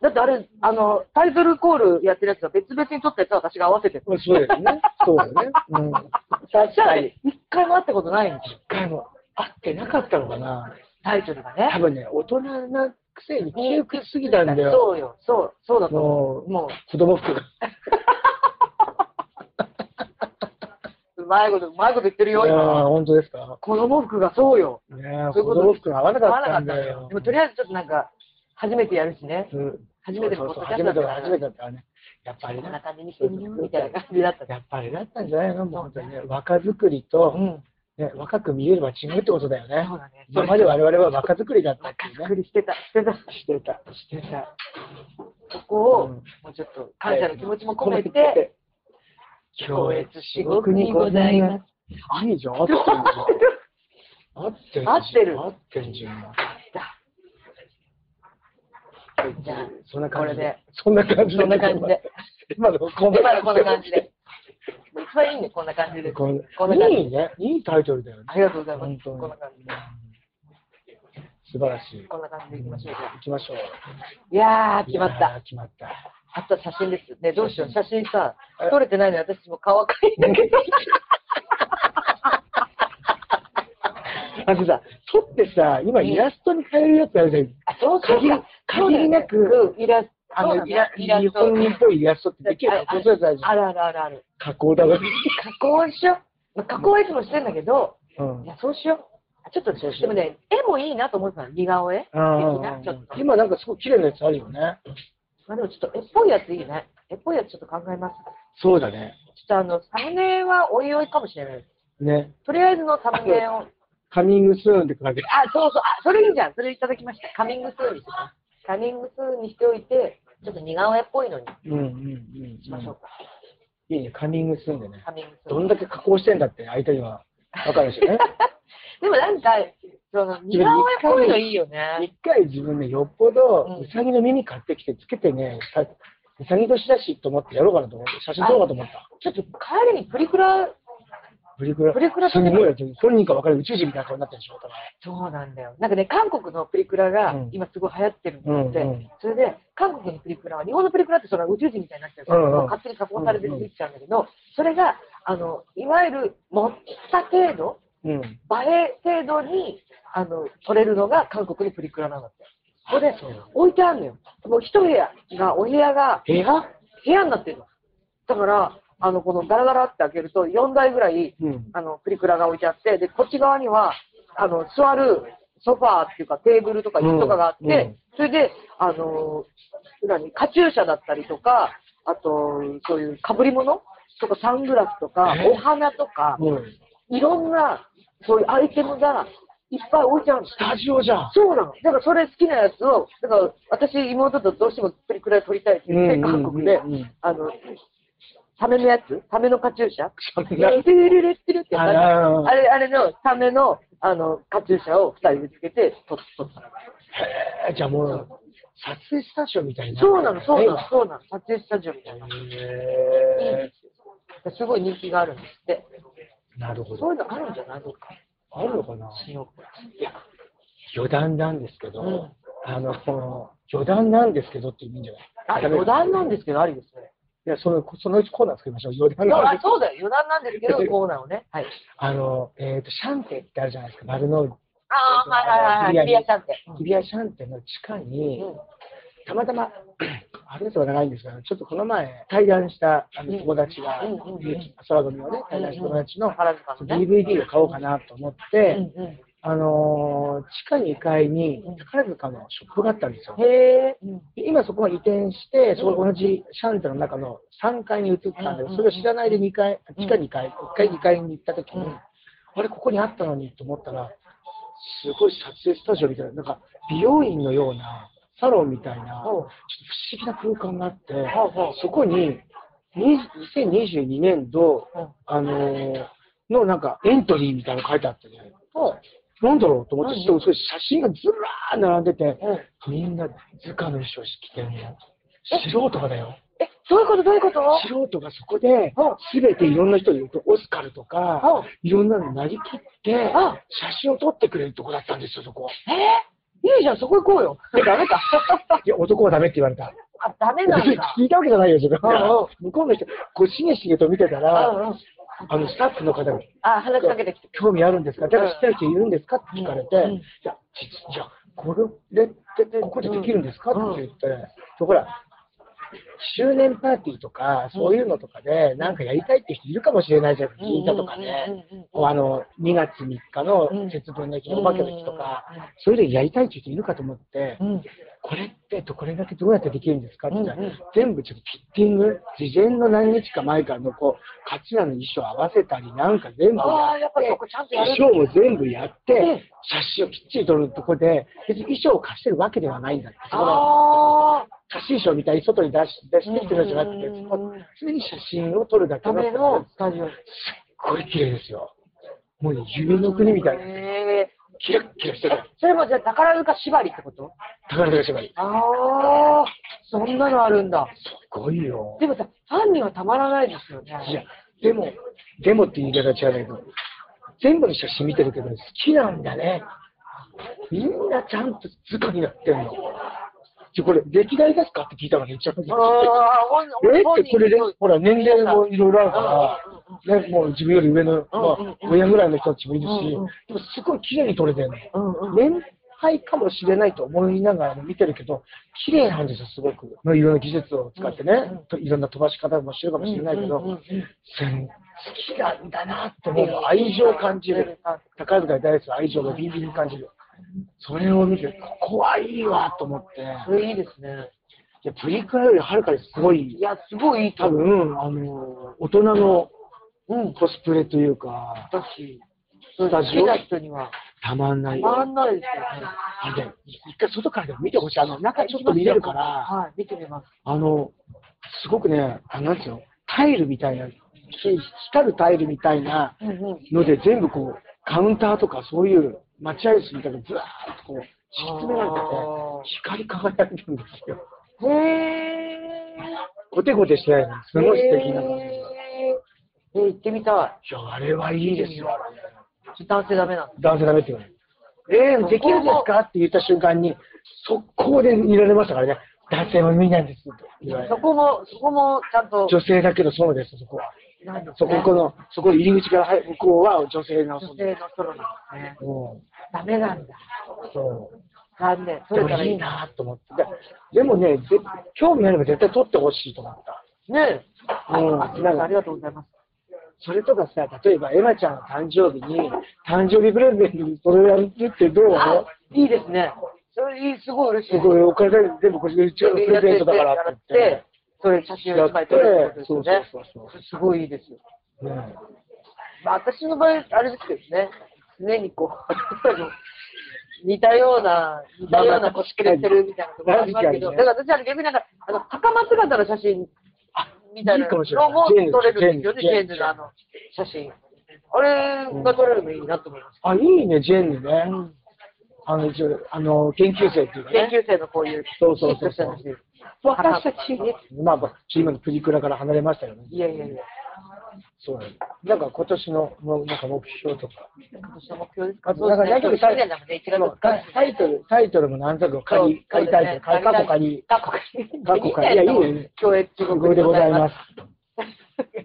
B: だってあれ、あの、タイトルコールやってるやつは別々に撮ったやつは私が合わせてる。
C: そうです ね。そうだね。うん。
B: 確
C: 確
B: か
C: か
B: に
C: に。
B: 一回も会ったことないんですよ。
C: 一回も会ってなかったのかな。
B: タイトルが
C: 多
B: ね。
C: 分ね、大人なくせに窮屈すぎたんだよ。
B: そうよ、そう、そうだと思
C: も
B: う。も
C: 子供服が。
B: う、うまいこと、うまいこと言ってるよ、
C: いやー
B: 今。
C: 本当ですか。
B: 子供服がそうよ。
C: ねえ、
B: そ
C: 子
B: ういうこと
C: 供服が合わな
B: 合
C: か
B: わ
C: っ
B: なか
C: た
B: っ
C: ん
B: た
C: だ
B: のよ
C: よ。
B: でもとりあえずちょっとなんか、初めてやるしね。
C: うん
B: 初めての
C: そう
B: ポッ
C: そう
B: ドキャ
C: 初
B: スト
C: めての初め
B: だから
C: てだったからね。やっぱり
B: こんな
C: な、
B: 感じにしてみようみたいな感じだったね。
C: やっぱりだったんじゃないのもう本当にね、若作りと、
B: うん。
C: ね、若く見えれば違うってことだよね
B: そう。だね。
C: 今まで我々は若作りだったっ
B: 若
C: ていう
B: 作
C: ね。
B: りしてた、してた。
C: してた、してた。
B: ここを、
C: うん
B: もうちょっと感謝の気持ちも込めて、
C: 超
B: 超
C: 越
B: 越
C: 至
B: 至
C: 極
B: 極
C: に
B: に
C: ご
B: ご
C: ざ
B: ざ
C: い
B: い
C: ま。
B: ます
C: い いじゃん、合ってるじゃん。合ってる。合ってるじゃん。
B: じゃあ、
C: そんな感じ
B: これで。
C: そんな感じ
B: そんな感じで。。
C: 今のこん
B: 今のこんな感じで。一番いいね、こんな感じで。
C: こん
B: こんな感じ
C: いいね。いいタイトルだよね。
B: ありがとうございます
C: 本。当
B: こ
C: に
B: んな感じ
C: 素晴らしい。
B: で。こんな感じでいきましょう。
C: 行きましょう。
B: いやー、決まっ
C: いやー
B: た。
C: 決まった。
B: あとは写真です。ね、どうしよう。写真さ
C: え、
B: 撮れてないのに私もう顔赤いんだけど。
C: あとさ、撮ってさ、今イラストに変えるやつあるじゃん。
B: あ、そうか
C: 限り限りなく、
B: うんイラスト、
C: あ
B: そうな
C: の、
B: ん
C: イ
B: だ
C: ラ
B: イラ
C: 日
B: スト。
C: 本人っぽいイラストってできる
B: ああ
C: のそういうやつあるじゃん
B: あるあるあるある。
C: 加工だろ。
B: 加工は一緒。まあ加工はいつもしてんだけど、
C: うん
B: いや、そうしよう。ちょっと、でもね、絵もいいなと思ってたの、似顔絵。的な、ちょっと。
C: 今なんかすごい綺麗なやつあるよね。
B: まあ、でもちょっと絵っぽいやついいね。絵っぽいやつちょっと考えます。
C: そうだね。
B: ちょっとあの、サムネはおいおいかもしれない。
C: ね。
B: とりあえずのサムネを。
C: カミングスーンって書いて
B: あ、そうそう、あ、それいいじゃん。それいただきました。カミングスーンにしてますカミングスーンにしておいて、ちょっと似顔絵っぽいのに
C: うんうんうん。
B: しましょうか。
C: いいね、カミングスーンでね。
B: カミングスーン。
C: どんだけ加工してんだって相手には分かるし ね。
B: でもなんか、その似顔絵っぽいのいいよね。
C: 一回自分でよっぽどウサギの耳買ってきてつけてね、さウサギ年だしと思ってやろうかなと思って、写真撮ろうかと思った。
B: ちょっと帰りにプリクラ、
C: プリクラ。
B: プリクラ
C: す
B: 撮っ
C: ご
B: て
C: い
B: くる
C: よ。本人か分かる宇宙人みたいな顔になってるでしょ、お互い
B: そうなんだよ。なんかね、韓国のプリクラが
C: うん
B: 今すごい流行ってるので、
C: うんうん
B: それで、韓国のプリクラは、日本のプリクラってその宇宙人みたいになっちゃうから、
C: うんうん
B: 勝手に加工されてできちゃうんだけど、それが、あの、いわゆる持った程度、
C: うん。
B: 映え程度に、あの、撮れるのが韓国のプリクラなんだって。そこで、置いてあるのよ。もう一部屋が、お部屋が、
C: 部屋
B: 部屋になってるの。だから、あの、このガラガラって開けると、4台ぐらい、
C: うん。
B: あの、プリクラが置いてあって、で、こっち側には、あの、座るソファーっていうか、テーブルとか椅子とかがあって、
C: うんうん
B: それで、あのー、何、カチューシャだったりとか、あと、そういう被り物とか、サングラスとか
C: え、ー
B: お花とか、
C: うん。
B: いろんな、そういうアイテムがいっぱい置いてあるんです
C: スタジオじゃん。
B: そうなの。だからそれ好きなやつを、だから私妹とどうしてもプリクラ撮りたいって言って、
C: うんうんうんうん
B: 韓国で、あの、サメのやつサメのカチューシャ
C: サメ
B: ル
C: のやつ
B: ルルルってやつ
C: あら
B: あれ、あれのサメの、あの、カチューシャを二人でつけて撮っ撮った。
C: へえ、じゃあもう、撮影スタジオみたいになってる
B: そうなの、そうなの、そうなの。撮影スタジオみたいな。いいん
C: へえ
B: で。すよ。すごい人気があるんですって。
C: なるほ
B: そ
C: ど
B: うい。うのあるんじゃないのか。
C: あるのかな
B: 新大久
C: 余談なんですけど、
B: うん
C: あの、この余談なんですけどって言うんじゃない
B: 保あ、余談なんですけど、ありですね。
C: いや、その、そのうちコーナー作りましょう。余談
B: いや
C: なん
B: あ
C: です
B: そうだよ。余談なんですけど、コーナーをね。はい。
C: あの、えっ、と、シャンテってあるじゃないですか、丸の内
B: ああ、はいはいはい。日比谷シャンテ。
C: 日比谷シャンテの地下に、
B: うん
C: たまたま、 あれですは長いんですけど、ちょっとこの前、対談したあの友達が、
B: うんうんうん
C: 空組のね、対談した友達の
B: 原宿のね。
C: DVD を買おうかなと思って、
B: うんうん
C: あのー地下2階に宝塚のショップがあったんですよ。
B: へえ。うん
C: 今そこは移転して、そこ同じシャンテの中の3階に移ったんだけ
B: うん
C: ど、それを知らないで2階、地下2階、1階2階に行った時に、
B: うん
C: あれ、ここにあったのにと思ったら、すごい撮影スタジオみたいな、なんか美容院のような、サロンみたいな、ちょっと不思議な空間があって、
B: ほう
C: そこに、に2022年度、
B: うん
C: あのーのなんかエントリーみたいなの書いてあってね、なんだろうと思って、
B: 何
C: そしたら写真がずらー並んでて、
B: うん
C: みんな図鑑の衣装着てんだよ。素人がだよ。
B: え、どういうことどういうこと
C: 素人がそこで、すべていろんな人に、オスカルとか、いろんなのなりきって、
B: あ
C: 写真を撮ってくれるとこだったんですよ、そこ。
B: えー、いいじゃん、そこ行こうよ。
C: え、ダメ か。いや、男はダメって言われた。
B: あ、ダメなんだ。
C: 聞いたわけじゃないよ、それ
B: うんうん
C: 向こうの人、こう、しげしげと見てたら、
B: うんうん
C: あの、スタッフの方が、
B: あ、話しかけてきて。
C: 興味あるんですかだから知ってる人いるんですかって聞かれて、
B: うん
C: いや、実じゃあこれで、で、ここでできるんですかって言って、とほら、周年パーティーとか、そういうのとかで、なんかやりたいって人いるかもしれないじゃん、銀座とか
B: うん
C: ね。
B: うんうん
C: こうあの、2月3日の
B: うん
C: 節分の日、お化けの日とか
B: うんうんうん、
C: そういうのやりたいって人いるかと思って
B: う、ん。
C: これってどこれだけどうやってできるんですかって言ったら
B: うんうん
C: 全部ちょっとピッティング、事前の何日か前からのこう、カチュラの衣装合わせたりなんか全部や
B: ああ、
C: っ
B: やっぱりそこちゃんとやる
C: 衣。装も全部やって、
B: うん
C: 写真をきっちり撮るとこで、別に衣装を貸してるわけではないんだって。その
B: ああ、
C: 貸し衣装みたいに外に出し出してってるのじゃなくて、
B: うん
C: そこ普通に写真を撮るだけ
B: ダ
C: だった
B: メ
C: の
B: の
C: す
B: スタジオ。
C: っごい綺麗ですよ。もうね夢の国みたいな。
B: へ
C: キラッキラして
B: ー
C: る。
B: え、それもじゃあ宝塚縛りってこと
C: 宝塚芝居。
B: ああ、そんなのあるんだ。
C: すごいよ。
B: でもさ、ファンにはたまらないですよね。
C: いや、でも、でもって言い方は違うんだけど、全部の写真見てるけど、好きなんだね。みんなちゃんと図鑑になってるの。ちょこれ、歴代ですかって聞いたのね、一応。
B: ああ、ほん
C: えっ
B: 本
C: て
B: 人
C: これで、ほら、年齢もいろいろあるから、ね、もう自分より上の、まあ、親ぐらいの人たちもいるし
B: うんうん、
C: でもすごい綺麗に撮れてるの。
B: うんうん。
C: 年配かもしれないと思いながらも見てるけど、綺麗なんですよ、すごく。のいろんな技術を使って
B: うんうん
C: ね、といろんな飛ばし方もしてるかもしれないけ
B: うんうんうん
C: ど、全好きなんだなって思うの愛情を感じる。宝塚に対する愛情がビンビンに感じる。それを見て、ここはいいわと思って、い
B: それいいですね。
C: やプリクラよりはるかにすごい
B: いや、すごいいいと
C: 多
B: 思う。
C: 分、あの、大人の
B: うん。
C: コスプレというか、
B: だし、
C: スタ
B: 好
C: ジ
B: き
C: オ
B: な人には、
C: たまんない
B: たまら
C: よ。
B: ないですよね。
C: あれ、一回外からでも見てほしい。あの、中ちょっと見れるから、
B: はい、見てみます。
C: あの、すごくね、あなんつうの、タイルみたいな、き光るタイルみたいな
B: うんうん。
C: ので、全部こう、カウンターとかそういう待合室みたいなのがずらーっとこう、敷き詰められてて、光り輝いてるんですよ。
B: へえ。
C: コテコテしてないのにすごい素敵な感じが。い
B: へーえ、行ってみたい。
C: や、あれはいいですよ、あれ。
B: 男性ダメなんだ。
C: 男性ダメって言われる。えー、できるんですかって言った瞬間に、速攻で見られましたからね。男性は無理なんですって言われる
B: そこも、そこもちゃんと、
C: 女性だけどそうです、そこは。
B: なんです
C: そこ
B: ね
C: この、そこ入り口から入向こうは女性の、
B: 女性のソロなんですね。
C: そ
B: ダメなんだ。
C: うん、そう。
B: 残念。そ
C: で
B: れ
C: も
B: から
C: い
B: い
C: い
B: いな。
C: なと思って。でもね、ぜ興味あれば絶対撮ってほしいと思った。
B: ねえ。
C: うん
B: あ、なんかありがとうございます。
C: それとかさ、例えばエマちゃんの誕生日に、誕生日プレゼントにそれをやるってどう
B: あ、いいですね。それいい、すごい嬉し
C: す
B: い。
C: ごい、お金全部これでうちのプレゼントだからって言って。、
B: それ写真を一枚撮るってことですよね。
C: そうそうそうそ
B: すごいいいですよ。
C: ね
B: まあ、私の場合、あれですけどね、常にこう、似たよう な、似たような腰くれてるみたいなところありますけど、だから私は逆になんか、あの、袴姿の写真みたいなのも撮れるんですよね、ジェーンズのあの写真。あれが撮れるのいいなと思います。
C: あ、いいね、ジェンヌね。あの、一応、あの、研究生っていうか
B: 研
C: ね。
B: 究生のこういう、
C: そうそうそう
B: シ
C: そ
B: ッ
C: う
B: とした写
C: 私たちね、まあ、まあ今のプリクラから離れましたよね。
B: 真。いやいやいや、
C: そうなんですなんか今年の、もうなんか目標とか。
B: 今年の目標ですか
C: あと、なんか、やけどタイ
B: 年だもんね、1月
C: もうタタイトル、タイトルも何作か仮、仮タイトル、仮過去仮。
B: 過去仮。
C: 過去 仮いやいいよね
B: 共演中
C: ここでございます。。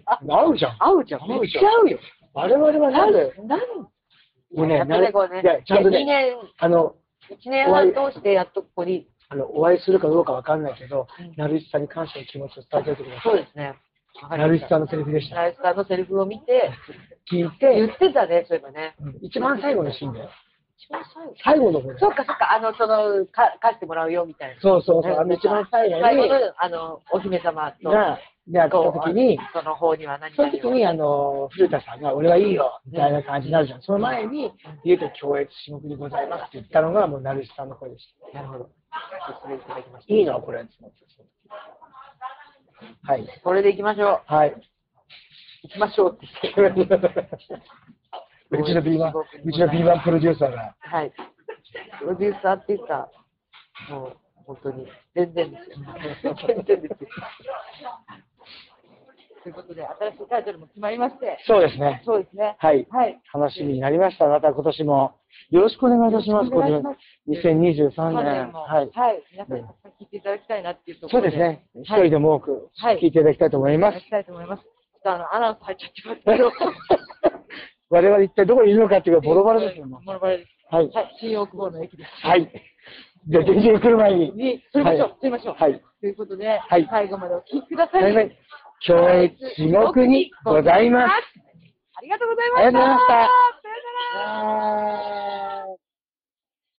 B: あ
C: 合うじゃん。
B: 合うじゃん。
C: 合うじゃん
B: めっちゃ合うよ。
C: 我々は
B: な
C: なんんで、
B: なん
C: もうね
B: やっとね、こうね、
C: いやちゃんとね
B: 2年、
C: あの、
B: 一年半通してやっとここに、
C: あの、お会いするかどうかわかんないけど
B: うん、
C: なるしさんに感謝の気持ちを伝えておいてくださ
B: そうですね。わか
C: い。
B: り
C: な
B: ま
C: るし
B: し
C: たさんのセリフでした。
B: ナイスさんのセリフを見て、
C: 聞いて、
B: 言ってたね、そういえばね。
C: うん一番最後のシーンだよ。
B: 一番最後。
C: 最後の方だ
B: そ
C: よ
B: っかそっか、あの、その、か貸してもらうよみたいな。
C: そうそうそう、あの一番最後
B: 最後の
C: に、、
B: あの、お姫様と、
C: が、で、会った
B: こう
C: 時に、
B: その方には何
C: そ
B: 々
C: の
B: を
C: 時に、あの、古田さんが、俺はいいよ、みたいな感じになるじゃん。その前に、家と共越種目にございますって言ったのが、もう、なるしさんの声でし。
B: なるほど。説明いただきました
C: いいな、これ。はい。
B: た。これで行きましょ
C: はい。
B: う。行きましょうって言って。
C: うちの B1、うちの B1 プロデューサーが、
B: はい。プロデューサーって言ったら、もう、本当に、全然ですよ。全然ですよ。ということで、新しいタイトルも決まりまして、
C: そうですね。
B: そうですね。
C: はい。
B: はい。
C: 楽しみになりました。また今年もよろしくお願いいたします。
B: よろ
C: 今
B: しくお願
C: 年
B: いします
C: 2023
B: 去
C: 年。
B: 年も、
C: はい。
B: 皆さんにたくさん聞いていただきたいなっていうとこ
C: そう
B: ろで。
C: ですね。一
B: はい
C: 人でも多く
B: はい
C: 聞いていただきたいと思い
B: いた
C: ます
B: だ。きたいと思います。ちょっとあの、アナウンス入っちゃってますけ ど。
C: 我々一体どこにいるのかっていうかボロボロですよ。も
B: ボロボロです。
C: うはい。
B: はい、新大久保の駅です。
C: はい。じゃあ、電車に来る前に。
B: に、撮りましょう、
C: はい
B: 撮りましょう。
C: はい。
B: ということで、
C: はい
B: 最後までお聞きください。
C: 大変、共演地獄にございます。
B: ありがとうござ
C: ありがとうござ
B: いました。
C: いました。